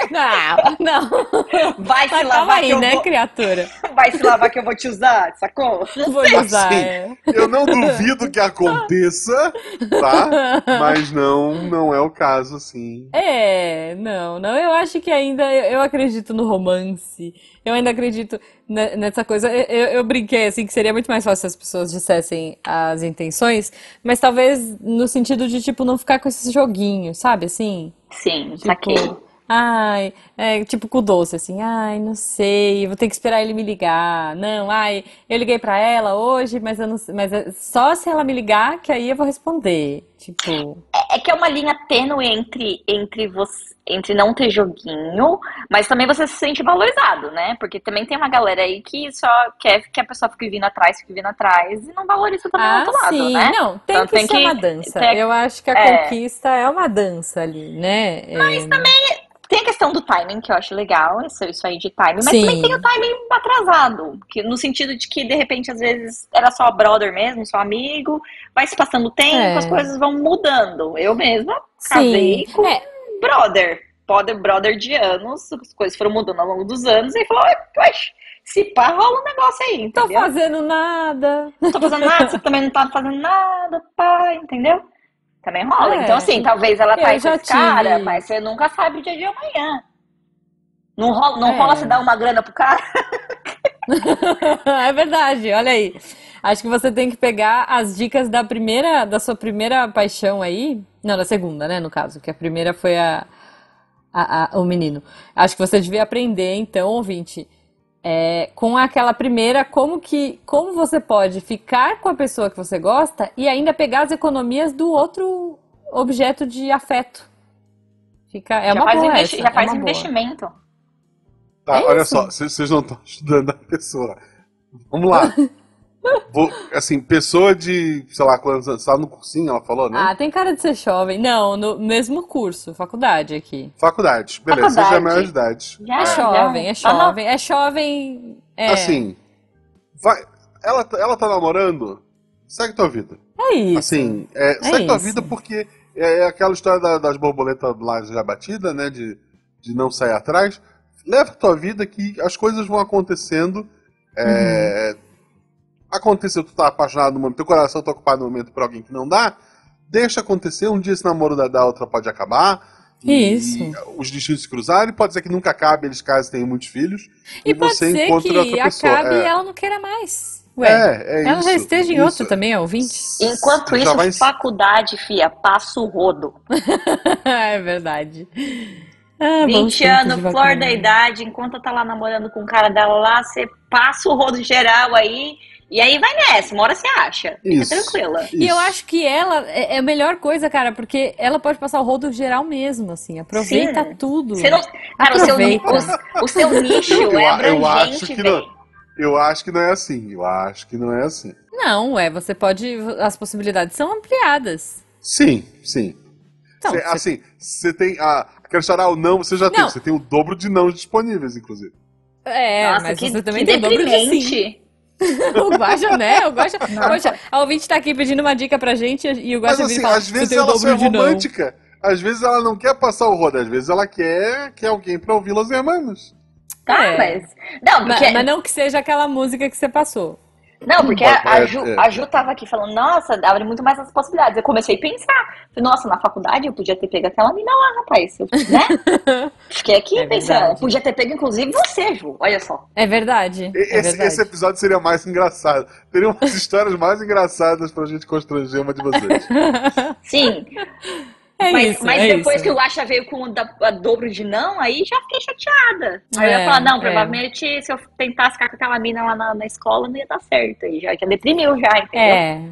Speaker 1: não, não.
Speaker 3: Vai se
Speaker 1: Mas
Speaker 3: lavar
Speaker 1: calma
Speaker 3: que
Speaker 1: aí,
Speaker 3: eu
Speaker 1: né,
Speaker 3: vou...
Speaker 1: criatura?
Speaker 3: Vai se lavar que eu vou te usar, sacou?
Speaker 1: Vou lhe usar,
Speaker 2: Assim.
Speaker 1: é.
Speaker 2: eu não duvido que aconteça, tá? Mas não, não é o caso, assim.
Speaker 1: É, não, não. Eu acho que ainda eu, eu acredito no romance. Eu ainda acredito ne- nessa coisa. Eu, eu- eu brinquei assim que seria muito mais fácil se as pessoas dissessem as intenções, mas talvez no sentido de tipo não ficar com esse joguinho, sabe? Assim,
Speaker 3: Sim,
Speaker 1: tipo,
Speaker 3: saquei.
Speaker 1: ai, é, tipo com o doce assim, ai, não sei, vou ter que esperar ele me ligar. Não, ai, eu liguei pra ela hoje, mas eu não, sei- mas é só se ela me ligar que aí eu vou responder. Tipo,
Speaker 3: É, é que é uma linha tênue entre, entre você, entre não ter joguinho, mas também você se sente valorizado, né? Porque também tem uma galera aí que só quer que a pessoa fique vindo atrás, fique vindo atrás e não valoriza também o
Speaker 1: Ah,
Speaker 3: um outro lado,
Speaker 1: sim,
Speaker 3: né?
Speaker 1: não, tem
Speaker 3: Então
Speaker 1: que
Speaker 3: tem
Speaker 1: ser
Speaker 3: que-
Speaker 1: uma dança.
Speaker 3: tem-
Speaker 1: Eu acho que a
Speaker 3: é. tá
Speaker 1: conquista é uma dança ali, né? Mas também.
Speaker 3: Tem a questão do timing, que eu acho legal, isso, isso aí de timing, mas também
Speaker 1: Sim.
Speaker 3: tem o timing atrasado, que, no sentido de que, de repente, às vezes era só brother mesmo, só amigo, vai se passando o tempo,
Speaker 1: É.
Speaker 3: as coisas vão mudando. Eu mesma
Speaker 1: Sim.
Speaker 3: casei com
Speaker 1: É,
Speaker 3: brother, brother, brother de anos, as coisas foram mudando ao longo dos anos, e falou, "Oxe, se pá, rola um negócio aí,
Speaker 1: tô
Speaker 3: entendeu?
Speaker 1: fazendo nada.
Speaker 3: Não tô fazendo nada, você também não tá fazendo nada, pá, entendeu? Também rola.
Speaker 1: É.
Speaker 3: Então, assim, talvez ela tá
Speaker 1: Eu
Speaker 3: aí com
Speaker 1: já
Speaker 3: esse cara,
Speaker 1: tive-
Speaker 3: mas você nunca sabe o dia de amanhã. Não rola, não
Speaker 1: É.
Speaker 3: rola você dar uma grana pro cara?
Speaker 1: É verdade, olha aí. Acho que você tem que pegar as dicas da primeira, da sua primeira paixão aí. Não, da segunda, né, no caso, que a primeira foi a, a- a- o menino. Acho que você devia aprender, então, ouvinte, é, com aquela primeira, como que, como você pode ficar com a pessoa que você gosta e ainda pegar as economias do outro objeto de afeto. Fica, é
Speaker 3: já
Speaker 1: uma
Speaker 3: faz,
Speaker 1: boa
Speaker 3: investi-
Speaker 1: essa,
Speaker 3: já
Speaker 1: é
Speaker 3: faz
Speaker 1: uma boa.
Speaker 3: investimento.
Speaker 2: Tá,
Speaker 1: É
Speaker 2: olha
Speaker 1: isso.
Speaker 2: só, vocês vocês não estão estudando a pessoa. Vamos lá. Vou- assim, pessoa de, sei lá, quantos anos, tá no cursinho, ela falou, né?
Speaker 1: Ah, tem cara de ser jovem. Não, no mesmo curso, faculdade aqui.
Speaker 2: Faculdade, beleza, seja
Speaker 3: Faculdade.
Speaker 2: maior de idade.
Speaker 3: Já,
Speaker 1: É
Speaker 3: já.
Speaker 1: jovem, é
Speaker 3: Aham.
Speaker 1: jovem, é jovem. É,
Speaker 2: Assim, vai, ela, ela tá namorando? Segue tua vida.
Speaker 1: é isso.
Speaker 2: Assim, é, segue tua
Speaker 1: isso.
Speaker 2: vida porque é aquela história da- das borboletas lá já batida, né? De, de não sair atrás. Leva tua vida que as coisas vão acontecendo. É, Aconteceu, tu tá apaixonado no momento, teu coração tá ocupado no momento por alguém que não dá. Deixa acontecer, um dia esse namoro da, da outra pode acabar. e-
Speaker 1: Isso.
Speaker 2: e os destinos se cruzarem, pode ser que nunca acabe, eles casem, tenham muitos filhos.
Speaker 1: E pode
Speaker 2: você
Speaker 1: ser
Speaker 2: encontra
Speaker 1: que
Speaker 2: outra pessoa.
Speaker 1: acabe
Speaker 2: é.
Speaker 1: e ela não queira mais. Ué,
Speaker 2: é, é
Speaker 1: ela já
Speaker 2: isso,
Speaker 1: esteja em
Speaker 2: isso.
Speaker 1: outro também, é ouvinte?
Speaker 3: Enquanto
Speaker 2: Já
Speaker 3: isso,
Speaker 2: vai-
Speaker 3: faculdade, fia, passa o rodo.
Speaker 1: é verdade. Ah, bons
Speaker 3: 20
Speaker 1: tempos de
Speaker 3: anos, flor da
Speaker 1: faculdade.
Speaker 3: idade, enquanto tá lá namorando com o cara dela lá, você passa o rodo geral aí, e aí vai nessa, uma hora você acha. Fica
Speaker 2: Isso.
Speaker 3: tranquila.
Speaker 1: E eu
Speaker 2: Isso.
Speaker 1: acho que ela é é a melhor coisa, cara, porque ela pode passar o rodo geral mesmo, assim, aproveita
Speaker 3: Sim.
Speaker 1: tudo.
Speaker 3: Você não. Cara, o seu,
Speaker 1: Aproveita.
Speaker 3: o, o seu nicho
Speaker 2: Eu- eu-
Speaker 3: é
Speaker 2: eu
Speaker 3: abrangente,
Speaker 2: acho que
Speaker 3: velho.
Speaker 2: Eu acho que não é assim. Eu acho que não é assim.
Speaker 1: Não, é, você pode, as possibilidades são ampliadas.
Speaker 2: Sim, sim.
Speaker 1: Então,
Speaker 2: Cê-
Speaker 1: você
Speaker 2: Assim, você tem a. Quero chorar o não, você já tem.
Speaker 1: Não.
Speaker 2: Você tem o dobro de não disponíveis, inclusive.
Speaker 1: É,
Speaker 3: Nossa,
Speaker 1: mas
Speaker 3: que,
Speaker 1: você também
Speaker 3: que
Speaker 1: tem assim. o dobro de sim.
Speaker 3: deprimente.
Speaker 1: O Guaxa, né? O Guaxa. Poxa, a ouvinte tá aqui pedindo uma dica pra gente e o
Speaker 2: Mas
Speaker 1: Guaxa vira e
Speaker 2: assim,
Speaker 1: fala,
Speaker 2: às vezes
Speaker 1: eu tenho o
Speaker 2: ela só é
Speaker 1: dobro de não.
Speaker 2: romântica. Às vezes ela não quer passar o rodo, às vezes ela quer, quer alguém pra ouvir Los Hermanos.
Speaker 3: Tá,
Speaker 1: É.
Speaker 3: mas.
Speaker 1: Ma-
Speaker 3: Não, porque,
Speaker 1: Mas não que seja aquela música que você passou.
Speaker 3: não, porque
Speaker 2: Mas-
Speaker 3: a,
Speaker 2: mas-
Speaker 3: Ju,
Speaker 2: é.
Speaker 3: a Ju tava aqui falando, nossa, abre muito mais as possibilidades. Eu comecei a pensar. Falei, nossa, na faculdade eu podia ter pego aquela mina lá, rapaz. Eu, né? Fiquei aqui
Speaker 1: É
Speaker 3: pensando.
Speaker 1: verdade.
Speaker 3: Podia ter pego, inclusive, você, Ju. Olha só.
Speaker 1: É verdade,
Speaker 2: E-
Speaker 1: é
Speaker 2: Esse, esse
Speaker 1: verdade.
Speaker 2: episódio seria mais engraçado. Teria umas histórias mais engraçadas pra gente constranger uma de vocês.
Speaker 3: Sim.
Speaker 1: É
Speaker 3: mas
Speaker 1: isso,
Speaker 3: mas
Speaker 1: é
Speaker 3: depois
Speaker 1: isso.
Speaker 3: que o Guaxa veio com o da- a dobro de não, aí já fiquei chateada. Aí eu
Speaker 1: É,
Speaker 3: ia falar, não,
Speaker 1: é.
Speaker 3: provavelmente se eu tentasse ficar com aquela mina lá na, na escola, não ia dar certo. Aí já, já deprimiu já, entendeu?
Speaker 1: É,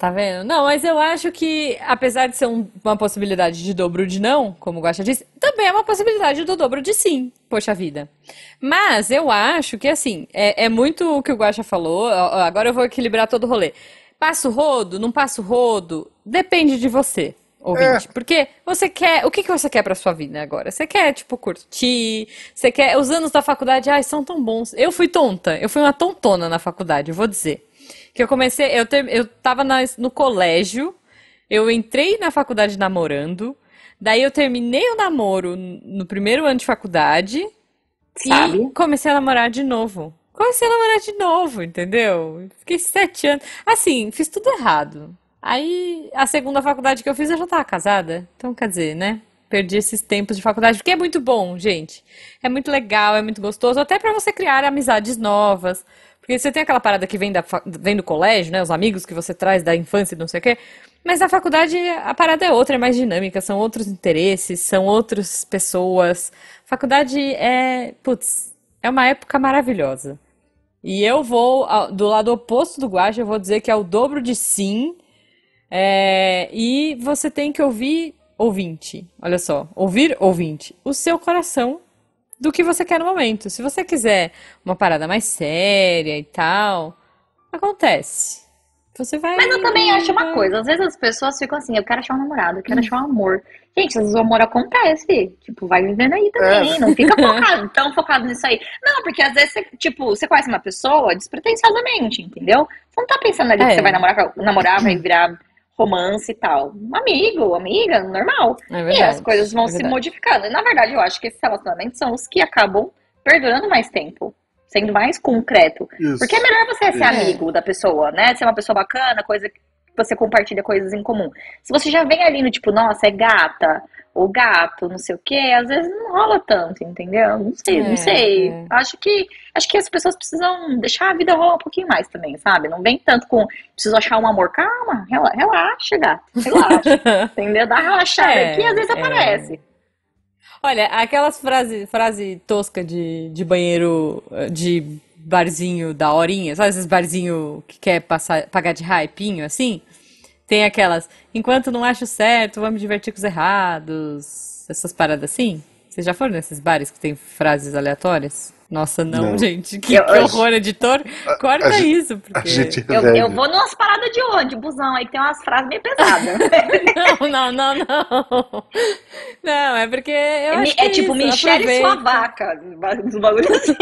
Speaker 1: tá vendo? Não, mas eu acho que, apesar de ser um- uma possibilidade de dobro de não, como o Guaxa disse, também é uma possibilidade do dobro de sim, poxa vida. Mas eu acho que, assim, é, é muito o que o Guaxa falou, ó, ó, agora eu vou equilibrar todo o rolê. Passo rodo, não passo rodo, depende de você. Ouvinte, porque você quer, o que que você quer pra sua vida agora? Você quer, tipo, curtir? Você quer, os anos da faculdade, ai, são tão bons. Eu fui tonta, eu fui uma tontona na faculdade, eu vou dizer. Que eu comecei, eu, ter, eu tava na- no colégio, eu entrei na faculdade namorando, daí eu terminei o namoro n- no primeiro ano de faculdade e
Speaker 3: Sabe?
Speaker 1: comecei a namorar de novo. Comecei a namorar de novo, entendeu? Fiquei sete anos. Assim, fiz tudo errado. Aí, a segunda faculdade que eu fiz, eu já tava casada. Então, quer dizer, né? Perdi esses tempos de faculdade, porque é muito bom, gente. É muito legal, é muito gostoso, até pra você criar amizades novas. Porque você tem aquela parada que vem, da, fa- vem do colégio, né? Os amigos que você traz da infância e não sei o quê. Mas na faculdade a parada é outra, é mais dinâmica, são outros interesses, são outras pessoas. Faculdade é, putz, é uma época maravilhosa. E eu vou, ao- do lado oposto do Guaxa, eu vou dizer que é o dobro de sim. É, e você tem que ouvir ouvinte. Olha só, ouvir ouvinte. O seu coração do que você quer no momento. Se você quiser uma parada mais séria e tal, acontece. Você vai.
Speaker 3: Mas eu também acho uma
Speaker 1: vai-
Speaker 3: coisa, às vezes as pessoas ficam assim, eu quero achar um namorado, eu quero
Speaker 1: Hum.
Speaker 3: achar um amor. Gente, às vezes o amor acontece, tipo, vai vivendo aí também,
Speaker 2: É.
Speaker 3: não fica focado, tão focado nisso aí. Não, porque às vezes, você, tipo, você conhece uma pessoa despretensiosamente, entendeu? Você não tá pensando ali
Speaker 1: É. Hum.
Speaker 3: que você vai namorar, namorar, vai virar romance e tal. Um amigo, amiga, normal.
Speaker 1: É
Speaker 3: E as
Speaker 1: verdade,
Speaker 3: coisas vão
Speaker 1: é
Speaker 3: se
Speaker 1: verdade.
Speaker 3: modificando. E na verdade, eu acho que esses relacionamentos são os que acabam perdurando mais tempo, sendo mais concreto.
Speaker 2: Isso.
Speaker 3: Porque é melhor você ser
Speaker 2: É.
Speaker 3: amigo da pessoa, né? Ser uma pessoa bacana, coisa que você compartilha coisas em comum. Se você já vem ali no tipo, nossa, é gata, ou gato, não sei o quê, às vezes não rola tanto, entendeu? Não sei,
Speaker 1: É,
Speaker 3: não sei.
Speaker 1: é.
Speaker 3: Acho que acho que as pessoas precisam deixar a vida rolar um pouquinho mais também, sabe? Não vem tanto com preciso achar um amor. Calma, rela- relaxa, gato. Relaxa, entendeu? Dá uma relaxada
Speaker 1: É,
Speaker 3: aqui, às vezes
Speaker 1: é.
Speaker 3: aparece.
Speaker 1: Olha, aquelas frase, frase tosca de, de banheiro, eh, de barzinho da horinha, sabe esses barzinho que quer passar, pagar de hypinho, assim? Tem aquelas, enquanto não acho certo, vamos divertir com os errados, essas paradas assim? Vocês já foram nesses bares que tem frases aleatórias? Nossa, não,
Speaker 2: Não.
Speaker 1: gente, que,
Speaker 3: Eu-
Speaker 1: que
Speaker 3: eu-
Speaker 1: horror, editor, corta
Speaker 2: a gente-
Speaker 1: isso,
Speaker 2: A
Speaker 1: porque...
Speaker 2: gente é
Speaker 3: Eu, eu
Speaker 2: velho.
Speaker 3: vou numas paradas de onde, busão, aí que tem umas frases meio pesadas.
Speaker 1: Não, não, não, não. Não, é porque eu
Speaker 3: É, mi-
Speaker 1: acho que
Speaker 3: é
Speaker 1: é
Speaker 3: tipo,
Speaker 1: isso,
Speaker 3: Michelle e sua
Speaker 1: aproveita.
Speaker 3: vaca. Os bagulhos assim.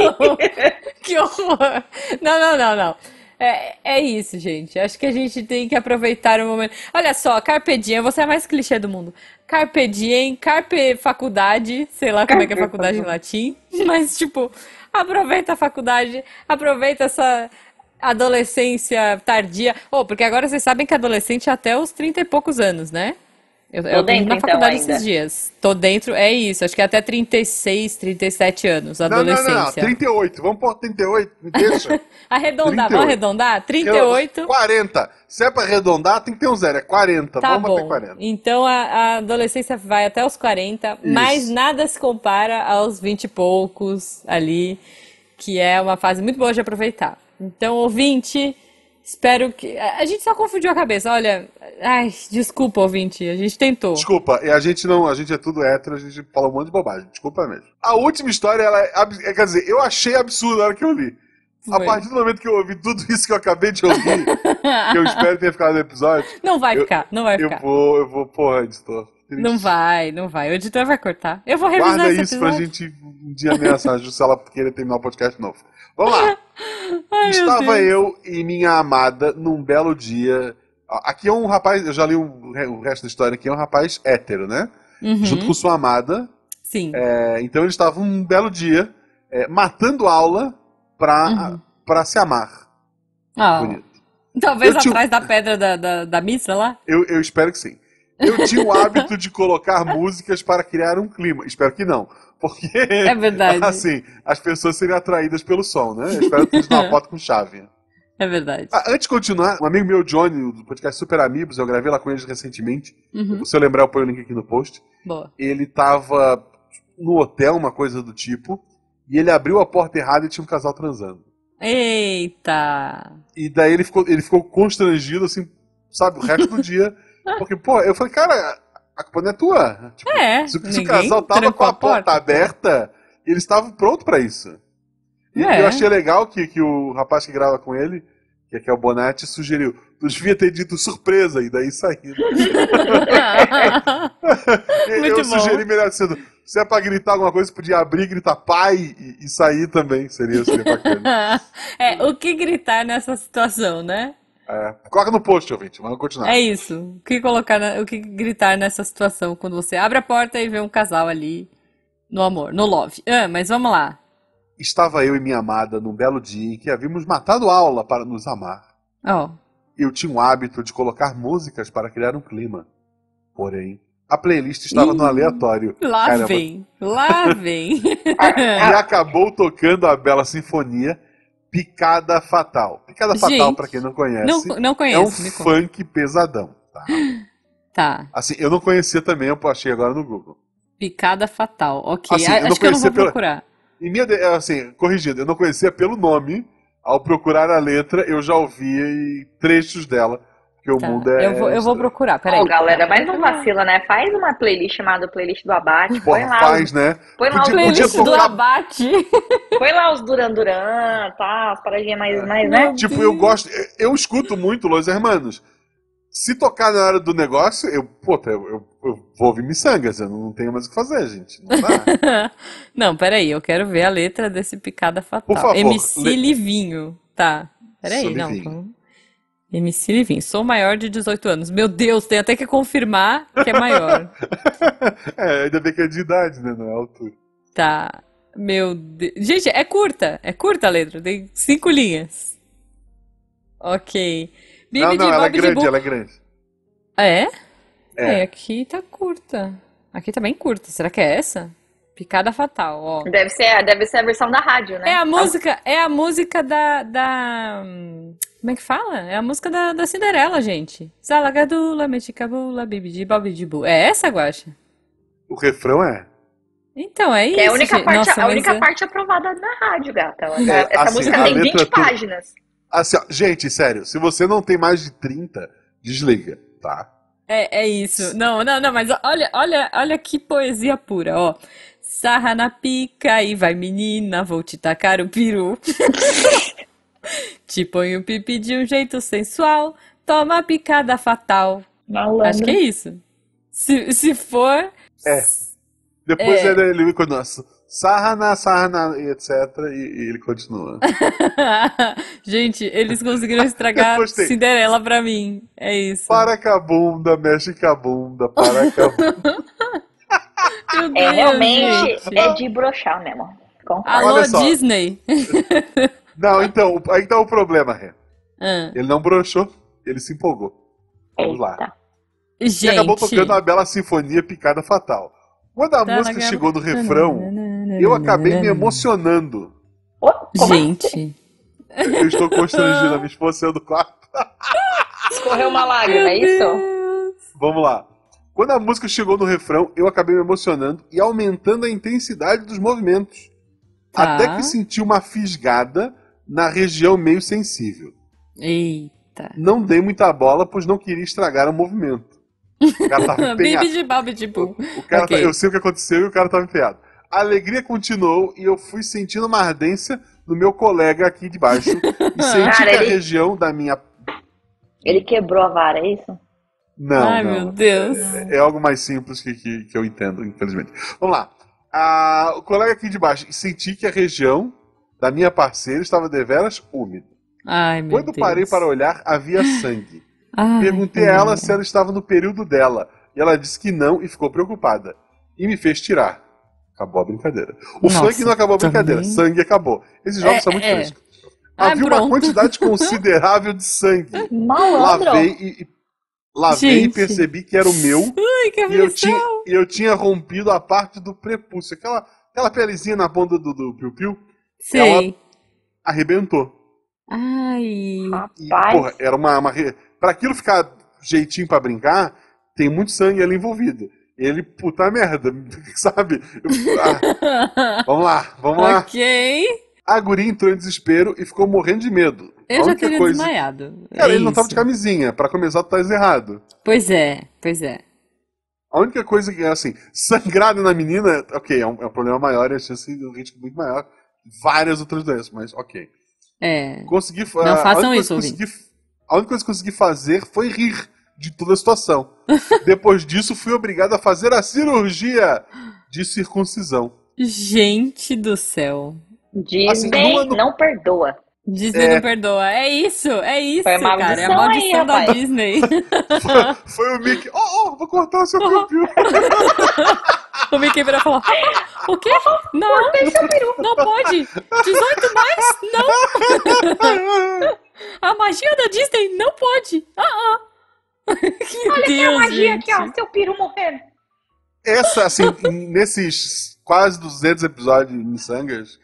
Speaker 1: Que horror! Não, não, não, não. É, é isso, gente. Acho que a gente tem que aproveitar o momento. Olha só, Carpe Diem, você é a mais clichê do mundo. Carpe Diem, Carpe Faculdade, sei lá como é que é
Speaker 3: Carpe
Speaker 1: faculdade em latim, mas tipo, aproveita a faculdade, aproveita essa adolescência tardia. Oh, porque agora vocês sabem que adolescente é até os 30 e poucos anos, né? Eu, eu aprendi
Speaker 3: dentro,
Speaker 1: na
Speaker 3: então,
Speaker 1: faculdade
Speaker 3: ainda.
Speaker 1: esses dias. Tô dentro, é isso. Acho que é até 36, 37 anos,
Speaker 2: Não, não, não, não.
Speaker 1: adolescência.
Speaker 2: 38. Vamos pôr 38. Me deixa.
Speaker 1: Arredondar,
Speaker 2: 38.
Speaker 1: vamos arredondar? 38.
Speaker 2: 40. Se é pra arredondar, tem que ter um zero. É 40.
Speaker 1: Tá
Speaker 2: Vamos bater
Speaker 1: bom.
Speaker 2: 40.
Speaker 1: Então a, a adolescência vai até os 40, mas
Speaker 2: Isso.
Speaker 1: nada se compara aos 20 e poucos ali, que é uma fase muito boa de aproveitar. Então, ouvinte, espero que. A a gente só confundiu a cabeça, olha. Ai, desculpa, ouvinte, a gente tentou.
Speaker 2: Desculpa, e a gente não, a gente é tudo hétero, a gente fala um monte de bobagem. Desculpa mesmo. A última história, ela é, ab- é, quer dizer, eu achei absurdo na hora que eu li. A
Speaker 1: Foi.
Speaker 2: partir do momento que eu ouvi tudo isso que eu acabei de ouvir, que eu espero ter ficado no episódio,
Speaker 1: Não vai
Speaker 2: Eu-
Speaker 1: ficar, não vai
Speaker 2: eu
Speaker 1: ficar.
Speaker 2: vou, eu vou, porra, editor. triste.
Speaker 1: Não vai, não vai. O editor vai cortar. Eu vou revisar
Speaker 2: Guarda
Speaker 1: esse
Speaker 2: isso pra
Speaker 1: episódio.
Speaker 2: gente um dia ameaçar a Ju se ela querer terminar o podcast novo. Vamos lá.
Speaker 1: Ai, meu
Speaker 2: Estava
Speaker 1: Deus.
Speaker 2: eu e minha amada num belo dia. A- Aqui é um rapaz, eu já li o, re- o resto da história aqui, é um rapaz hétero, né?
Speaker 1: Uhum,
Speaker 2: Junto com sua amada.
Speaker 1: Sim.
Speaker 2: É, então eles estavam um belo dia é, matando aula pra,
Speaker 1: Uhum.
Speaker 2: pra se amar.
Speaker 1: Ah,
Speaker 2: Bonito.
Speaker 1: talvez
Speaker 2: Eu tinha- um-
Speaker 1: atrás da pedra da, da, da missa lá.
Speaker 2: Eu, eu espero que sim. Eu tinha o hábito de colocar músicas para criar um clima. Espero que não. Porque,
Speaker 1: É verdade.
Speaker 2: assim, as pessoas seriam atraídas pelo som, né? Eu espero que eles dão uma foto com chave.
Speaker 1: É verdade.
Speaker 2: Ah, antes de continuar, um amigo meu, Johnny, do podcast Super Amigos, eu gravei lá com eles recentemente.
Speaker 1: Uhum,
Speaker 2: Se eu lembrar, eu ponho o link aqui no post.
Speaker 1: Boa.
Speaker 2: Ele tava no hotel, uma coisa do tipo, e ele abriu a porta errada e tinha um casal transando.
Speaker 1: Eita!
Speaker 2: E daí ele ficou, ele ficou constrangido, assim, sabe, o resto do dia. Porque, pô, eu falei, cara, a culpa não é tua. Tipo,
Speaker 1: É,
Speaker 2: se, se o
Speaker 1: ninguém
Speaker 2: casal tava com
Speaker 1: trancou
Speaker 2: a porta aberta, eles estavam prontos pra isso. E
Speaker 1: É.
Speaker 2: eu achei legal que, que o rapaz que grava com ele, que é, que é o Bonatti, sugeriu. Tu devia ter dito surpresa e daí saiu. eu
Speaker 1: Muito bom.
Speaker 2: sugeri melhor sendo. Se é pra gritar alguma coisa, podia abrir, gritar pai e, e sair também. Seria, seria bacana.
Speaker 1: É, o que gritar nessa situação, né?
Speaker 2: É, coloca no post, ouvinte, vamos continuar.
Speaker 1: É isso. O que colocar, na- o que gritar nessa situação quando você abre a porta e vê um casal ali no amor, no love. Ah, mas vamos lá.
Speaker 2: Estava eu e minha amada num belo dia em que havíamos matado aula para nos amar.
Speaker 1: Ó,
Speaker 2: Eu tinha o hábito de colocar músicas para criar um clima. Porém, a playlist estava no
Speaker 1: Ih,
Speaker 2: aleatório.
Speaker 1: lá
Speaker 2: Caramba. É,
Speaker 1: vem, lá vem.
Speaker 2: E acabou tocando a bela sinfonia Picada Fatal. Picada Fatal,
Speaker 1: Gente,
Speaker 2: para quem não conhece,
Speaker 1: Não, não
Speaker 2: é um
Speaker 1: conheço, me conta.
Speaker 2: funk pesadão. tá?
Speaker 1: Tá,
Speaker 2: Assim, eu não conhecia também, eu achei agora no Google.
Speaker 1: picada fatal. Ok,
Speaker 2: Assim,
Speaker 1: a-
Speaker 2: eu não
Speaker 1: acho que eu não
Speaker 2: conhecia
Speaker 1: vou
Speaker 2: pela-
Speaker 1: procurar.
Speaker 2: E minha, de- assim, corrigido, eu não conhecia pelo nome. Ao procurar a letra, eu já ouvia e trechos dela, porque o
Speaker 1: Tá,
Speaker 2: mundo é.
Speaker 1: eu vou, eu vou
Speaker 2: estranho.
Speaker 1: procurar, peraí.
Speaker 3: Ô, galera, mas não vacila, né? Faz uma playlist chamada Playlist do Abate. Põe
Speaker 2: Porra,
Speaker 3: lá,
Speaker 2: faz, né?
Speaker 3: os, põe lá, os,
Speaker 2: Podia-
Speaker 1: Playlist do
Speaker 2: focar-
Speaker 1: abate.
Speaker 3: põe lá os Duran Duran, tá? As paradinhas mais, mais, né?
Speaker 1: Meu
Speaker 2: Tipo, eu
Speaker 1: Deus.
Speaker 2: gosto. Eu escuto muito Los Hermanos. Se tocar na hora do negócio, eu, puta, eu, eu- eu vou ouvir miçangas, eu não tenho mais o que fazer, gente. Não dá.
Speaker 1: Não, peraí, eu quero ver a letra desse Picada Fatal.
Speaker 2: favor,
Speaker 1: MC
Speaker 2: le-
Speaker 1: Livinho. Tá. Peraí,
Speaker 2: Sou
Speaker 1: não.
Speaker 2: Livinho.
Speaker 1: vamos- MC Livinho. Sou maior de 18 anos. Meu Deus, tem até que confirmar que é maior.
Speaker 2: é, ainda bem que é de idade, né? Não é altura.
Speaker 1: Tá. Meu Deus. Gente, é curta. É curta a letra. Tem cinco linhas. Ok.
Speaker 2: não,
Speaker 1: Bibi
Speaker 2: não,
Speaker 1: de
Speaker 2: ela é
Speaker 1: Bob de
Speaker 2: grande,
Speaker 1: Bu.
Speaker 2: ela é grande.
Speaker 1: Ah, é?
Speaker 2: É.
Speaker 1: É, aqui tá curta. Aqui tá bem curta. Será que é essa? Picada Fatal, ó.
Speaker 3: Deve ser, deve ser a versão da rádio, né?
Speaker 1: É a música, é a música da, da. hum, Como é que fala? É a música da, da Cinderela, gente. Zalagadula, meticabula, bibidibobidibu. É essa, Guaxa?
Speaker 2: O refrão é.
Speaker 1: Então, é
Speaker 3: Que é a
Speaker 1: isso,
Speaker 3: única
Speaker 1: gente.
Speaker 3: parte,
Speaker 1: Nossa,
Speaker 3: a
Speaker 1: mas
Speaker 3: única
Speaker 1: é-
Speaker 3: parte aprovada na rádio, gata. Essa,
Speaker 2: É,
Speaker 3: essa
Speaker 2: assim,
Speaker 3: música
Speaker 2: a
Speaker 3: tem
Speaker 2: letra
Speaker 3: 20
Speaker 2: tu-
Speaker 3: páginas.
Speaker 2: Assim, ó, gente, sério, se você não tem mais de 30, desliga, tá?
Speaker 1: É, é isso. Não, não, não, mas olha, olha, olha que poesia pura, ó. Sarra na pica e vai, menina, vou te tacar o peru. Te ponho o pipi de um jeito sensual, toma a picada fatal. Acho que é isso. Se, se for.
Speaker 2: É. Depois
Speaker 1: É.
Speaker 2: ele, ele continua. "S- Sarra na, sarra na, e etc. E, e ele continua.
Speaker 1: Gente, eles conseguiram estragar
Speaker 2: Eu gostei.
Speaker 1: Cinderela pra mim. É isso.
Speaker 2: Para com a bunda, mexe com a bunda, para com a bunda.
Speaker 1: Meu
Speaker 3: É
Speaker 1: Deus,
Speaker 3: realmente
Speaker 1: gente.
Speaker 3: é de broxar mesmo. Concordo.
Speaker 1: Alô,
Speaker 2: Olha só.
Speaker 1: Disney.
Speaker 2: Não, então, o- aí tá o problema, Rê.
Speaker 1: Ah,
Speaker 2: Ele não broxou, ele se empolgou. Vamos lá.
Speaker 3: Eita.
Speaker 2: E acabou
Speaker 1: gente. Tá,
Speaker 2: tocando a bela sinfonia Picada Fatal. Quando a música chegou no refrão, eu acabei me emocionando.
Speaker 3: Ô, como assim?
Speaker 1: Gente.
Speaker 2: Eu estou constrangido, a minha esposa saiu do quarto.
Speaker 3: Escorreu uma lágrima, é isso?
Speaker 2: Vamos lá. Quando a música chegou no refrão, eu acabei me emocionando e aumentando a intensidade dos movimentos.
Speaker 1: Tá.
Speaker 2: Até que senti uma fisgada na região meio sensível.
Speaker 1: Eita.
Speaker 2: Não dei muita bola, pois não queria estragar o movimento. O cara tava empenhado.
Speaker 1: Bibi de tipo. balbi de bu.
Speaker 2: O cara
Speaker 1: Ok.
Speaker 2: tá- eu sei o que aconteceu e o cara tava empenhado. A alegria continuou e eu fui sentindo uma ardência no meu colega aqui de baixo. e senti
Speaker 3: Cara,
Speaker 2: que a
Speaker 3: ele-
Speaker 2: região da minha.
Speaker 3: Ele quebrou a vara, é isso?
Speaker 2: Não,
Speaker 1: Ai,
Speaker 2: não.
Speaker 1: meu Deus.
Speaker 2: É algo mais simples que, que, que eu entendo, infelizmente. Vamos lá. Ah, o colega aqui de baixo, senti que a região da minha parceira estava deveras úmida.
Speaker 1: Ai, meu
Speaker 2: Quando parei
Speaker 1: Deus.
Speaker 2: para olhar, havia sangue.
Speaker 1: Ai,
Speaker 2: Perguntei a ela se ela estava no período dela. E ela disse que não e ficou preocupada. E me fez tirar. Acabou a brincadeira. O
Speaker 1: Nossa,
Speaker 2: sangue não acabou a brincadeira,
Speaker 1: também.
Speaker 2: sangue acabou. Esses jogos
Speaker 1: É,
Speaker 2: são muito
Speaker 1: é.
Speaker 2: frescos.
Speaker 1: Ah,
Speaker 2: Havia uma
Speaker 1: pronto.
Speaker 2: quantidade considerável de sangue.
Speaker 3: Malandro.
Speaker 2: Lavei e, e- lavei e
Speaker 1: Gente.
Speaker 2: percebi que era o meu
Speaker 1: Ai, que
Speaker 2: e eu,
Speaker 1: aflição.
Speaker 2: tinha, e eu tinha rompido a parte do prepúcio. Aquela, aquela pelezinha na ponta do, do piu-piu
Speaker 1: Sei.
Speaker 2: arrebentou.
Speaker 1: Ai.
Speaker 2: E,
Speaker 3: Rapaz.
Speaker 2: porra, era uma. uma re- Pra aquilo ficar jeitinho pra brincar, tem muito sangue ali envolvido. Ele, puta merda, sabe? Eu- ah, vamos lá, vamos lá.
Speaker 1: Ok.
Speaker 2: A guria entrou em desespero e ficou morrendo de medo.
Speaker 1: Eu
Speaker 2: a
Speaker 1: já
Speaker 2: única
Speaker 1: teria
Speaker 2: coisa.
Speaker 1: desmaiado.
Speaker 2: Cara,
Speaker 1: É
Speaker 2: ele não tava
Speaker 1: isso.
Speaker 2: de camisinha. Pra começar, tu tá errado.
Speaker 1: Pois é, pois é.
Speaker 2: A única coisa que, assim, sangrado na menina, ok, é um, é um problema maior, é a chance de um risco muito maior. Várias outras doenças, mas ok.
Speaker 1: É.
Speaker 2: Consegui. Não
Speaker 1: façam isso,
Speaker 2: A única coisa que consegui fazer foi rir de toda a situação. Depois disso, fui obrigado a fazer a cirurgia de circuncisão.
Speaker 1: Gente do céu.
Speaker 3: Disney
Speaker 2: Assim, numa no-
Speaker 3: não perdoa.
Speaker 1: Disney
Speaker 2: É.
Speaker 1: não perdoa. É isso, é isso,
Speaker 3: Foi uma
Speaker 1: cara. É a
Speaker 3: maldição aí,
Speaker 1: maldição da
Speaker 3: rapaz.
Speaker 1: Disney.
Speaker 2: Foi, foi o Mickey. Oh, oh, vou cortar o seu peru.
Speaker 1: O Mickey virou e falou: O quê? Não, não pode. 18 mais? Não. A magia da Disney não pode. Ah, ah. Que Olha
Speaker 3: Tem a
Speaker 1: Deus,
Speaker 3: magia
Speaker 1: gente.
Speaker 3: aqui, ó. Seu peru morrendo.
Speaker 2: Essa, assim, nesses quase 200 episódios em Sangas,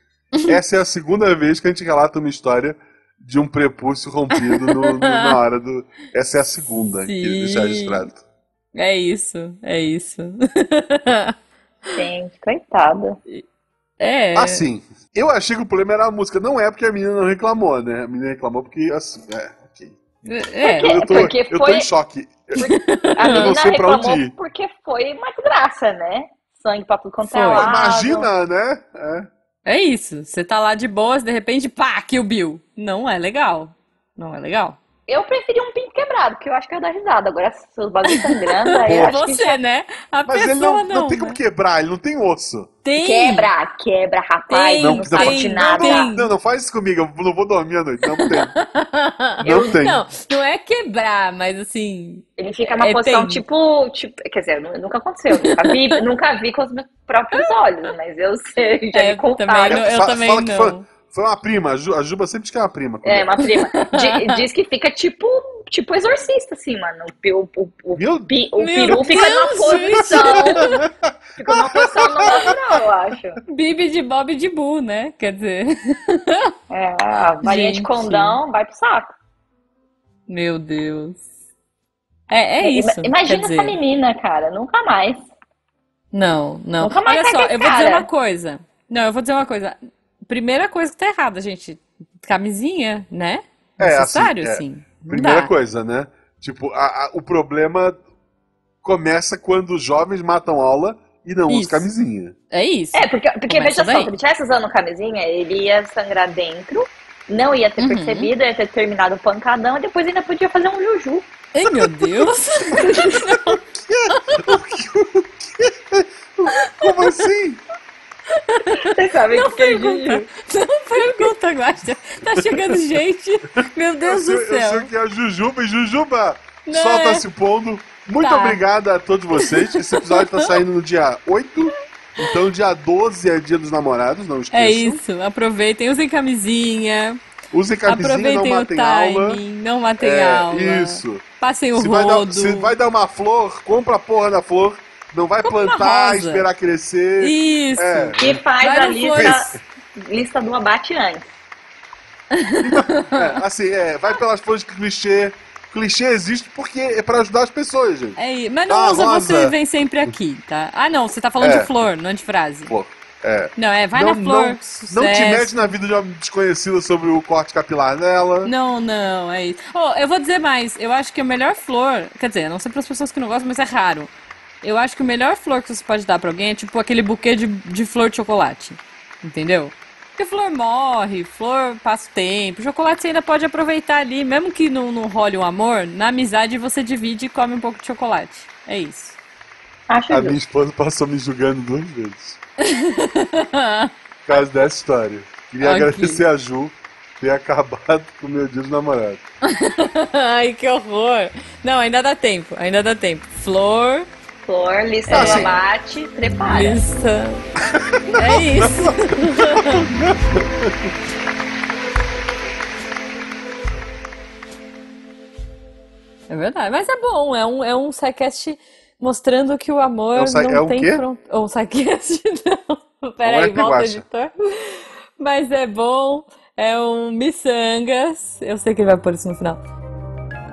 Speaker 2: essa é a segunda vez que a gente relata uma história de um prepúcio rompido no- no- na hora do. Essa é a segunda que
Speaker 1: Sim.
Speaker 2: eles deixaram registrado.
Speaker 1: É isso, é isso.
Speaker 3: Gente, coitado.
Speaker 1: É.
Speaker 2: Assim, eu achei que o problema era a música. Não é porque a menina não reclamou, né? A menina reclamou porque, assim, é, ok. Então,
Speaker 1: É.
Speaker 2: Eu, eu tô,
Speaker 3: Porque
Speaker 2: eu tô
Speaker 3: foi-
Speaker 2: em choque.
Speaker 3: A menina
Speaker 2: sei pra onde
Speaker 3: reclamou
Speaker 2: ir.
Speaker 3: porque foi uma graça, né? Sangue pra tudo quanto é
Speaker 1: Foi.
Speaker 3: lado.
Speaker 2: Imagina, né? É.
Speaker 1: É isso. Você tá lá de boas, de repente, pá, Kill Bill. Não é legal. Não é legal.
Speaker 3: Eu preferi um pinto quebrado, porque eu acho que eu ia dar risada. Agora, se os bagulhos sangrando, aí eu
Speaker 2: Pô,
Speaker 3: acho que
Speaker 1: Você, né? A
Speaker 2: Mas ele
Speaker 1: pessoa
Speaker 2: não, não tem como
Speaker 1: né?
Speaker 2: quebrar, ele não tem osso.
Speaker 1: Tem.
Speaker 3: quebra, quebra, rapaz.
Speaker 1: Tem,
Speaker 3: não
Speaker 2: não,
Speaker 3: sabe
Speaker 1: tem,
Speaker 3: de
Speaker 2: não,
Speaker 3: nada.
Speaker 1: tem.
Speaker 2: não, não, não faz isso comigo, eu não vou dormir à noite. Não tem. Não tem.
Speaker 1: Não, não é quebrar, mas assim.
Speaker 3: Ele fica numa
Speaker 1: É,
Speaker 3: posição
Speaker 1: tem.
Speaker 3: tipo, tipo. Quer dizer, nu- nunca aconteceu. Nunca vi, nunca vi com os meus próprios olhos, mas eu sei, já
Speaker 1: É,
Speaker 3: me contaram.
Speaker 1: também não- eu
Speaker 2: Fa-
Speaker 1: também
Speaker 2: fala que
Speaker 1: não.
Speaker 2: foi, foi uma prima, a Ju- a Juba sempre tinha uma prima.
Speaker 3: É, uma prima. Di- diz que fica tipo, tipo exorcista, assim, mano. O, pi- o, o, o,
Speaker 2: Meu
Speaker 3: pi- o
Speaker 1: Meu
Speaker 3: peru fica numa
Speaker 1: Deus,
Speaker 3: posição. Fica numa posição normal, eu acho.
Speaker 1: Bibi de Bob de Bu, né? Quer dizer.
Speaker 3: É, a varinha de
Speaker 1: Gente.
Speaker 3: condão vai pro saco.
Speaker 1: Meu Deus. É, é isso.
Speaker 3: Ima- Imagina
Speaker 1: quer
Speaker 3: essa
Speaker 1: dizer.
Speaker 3: menina, cara. Nunca mais.
Speaker 1: Não, não.
Speaker 3: Nunca mais
Speaker 1: Olha
Speaker 3: vai
Speaker 1: só,
Speaker 3: ter
Speaker 1: eu vou dizer
Speaker 3: cara.
Speaker 1: uma coisa. Não, eu vou dizer uma coisa. Primeira coisa que tá errada, gente. Camisinha, né?
Speaker 2: É, assim,
Speaker 1: Necessário,
Speaker 2: é.
Speaker 1: assim. Não
Speaker 2: Primeira
Speaker 1: dá.
Speaker 2: coisa, né? Tipo, a- a- o problema começa quando os jovens matam aula e não
Speaker 1: Isso.
Speaker 2: usam camisinha.
Speaker 1: É isso.
Speaker 3: É, porque, porque
Speaker 1: Começa
Speaker 3: veja só,
Speaker 1: daí.
Speaker 3: se ele tivesse usando camisinha, ele ia sangrar dentro, não ia ter
Speaker 1: Uhum.
Speaker 3: percebido, ia ter terminado o pancadão, e depois ainda podia fazer um juju.
Speaker 1: Ai, meu Deus.
Speaker 2: Como assim?
Speaker 3: Vocês sabem o que é juju?
Speaker 1: Não pergunta, Guaxa. Tá chegando gente. Meu
Speaker 2: Eu
Speaker 1: Deus
Speaker 2: sei,
Speaker 1: do
Speaker 2: eu sei
Speaker 1: céu.
Speaker 2: que é a Jujuba e Jujuba
Speaker 1: Né?
Speaker 2: só tá se pondo. Muito
Speaker 1: Tá.
Speaker 2: obrigada a todos vocês. Esse episódio tá saindo no dia 8. Então, dia 12 é dia dos namorados, não esqueçam.
Speaker 1: É isso. Aproveitem, usem camisinha.
Speaker 2: Usem camisinha, não
Speaker 1: Aproveitem o
Speaker 2: matem aula.
Speaker 1: timing. Não matem
Speaker 2: É,
Speaker 1: aula.
Speaker 2: Isso.
Speaker 1: Passem o
Speaker 2: Se vai, dar,
Speaker 1: rodo.
Speaker 2: se vai dar uma flor, compra a porra da flor. Não vai
Speaker 1: Compra uma
Speaker 2: plantar,
Speaker 1: rosa.
Speaker 2: esperar crescer.
Speaker 1: Isso.
Speaker 2: É.
Speaker 3: E faz
Speaker 1: Vai
Speaker 3: a
Speaker 1: no
Speaker 3: lista, lista do abate antes.
Speaker 2: É, assim, é, vai pelas flores de clichê. Clichê existe porque é pra ajudar as pessoas, gente.
Speaker 1: É isso. Mas não
Speaker 2: Ah,
Speaker 1: usa
Speaker 2: rosa.
Speaker 1: você vem sempre aqui, tá? Ah, não, você tá falando
Speaker 2: É.
Speaker 1: de flor, não de frase.
Speaker 2: Pô, é.
Speaker 1: Não, é, vai
Speaker 2: não,
Speaker 1: na flor,
Speaker 2: não,
Speaker 1: sucesso.
Speaker 2: não te mete na vida de uma desconhecida sobre o corte capilar dela.
Speaker 1: Não, não, é isso. Oh, eu vou dizer mais, eu acho que a melhor flor, quer dizer, não sei para as pessoas que não gostam, mas é raro. Eu acho que a melhor flor que você pode dar pra alguém é tipo aquele buquê de, de flor de chocolate, entendeu? Porque flor morre, flor passa o tempo, chocolate você ainda pode aproveitar ali, mesmo que não, não role um amor, na amizade você divide e come um pouco de chocolate. É isso.
Speaker 3: Acho
Speaker 2: A
Speaker 3: justo.
Speaker 2: minha esposa passou me julgando duas vezes. Por causa dessa história. Queria
Speaker 1: Ok.
Speaker 2: agradecer a Ju por ter acabado com o meu dia de namorado.
Speaker 1: Ai, que horror. Não, ainda dá tempo, ainda dá tempo. Flor,
Speaker 3: Flor, lista
Speaker 2: Ah,
Speaker 3: do
Speaker 2: sim.
Speaker 3: abate, prepara.
Speaker 1: lista. É isso. É verdade, mas é bom, é um, é um sidecast mostrando que o amor
Speaker 2: É um si-
Speaker 1: não
Speaker 2: é um
Speaker 1: tem
Speaker 2: quê?
Speaker 1: fron- é Um sidecast, não.
Speaker 2: Não
Speaker 1: Peraí, volta,
Speaker 2: é piguacha.
Speaker 1: editor. Mas é bom, é um miçangas. Eu sei que ele vai pôr isso no final.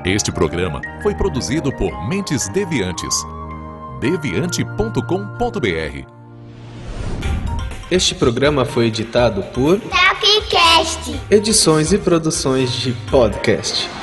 Speaker 4: Este programa foi produzido por Mentes Deviantes. deviante.com.br
Speaker 5: Este programa foi editado por
Speaker 6: Tapcast.
Speaker 5: Edições e Produções de Podcast.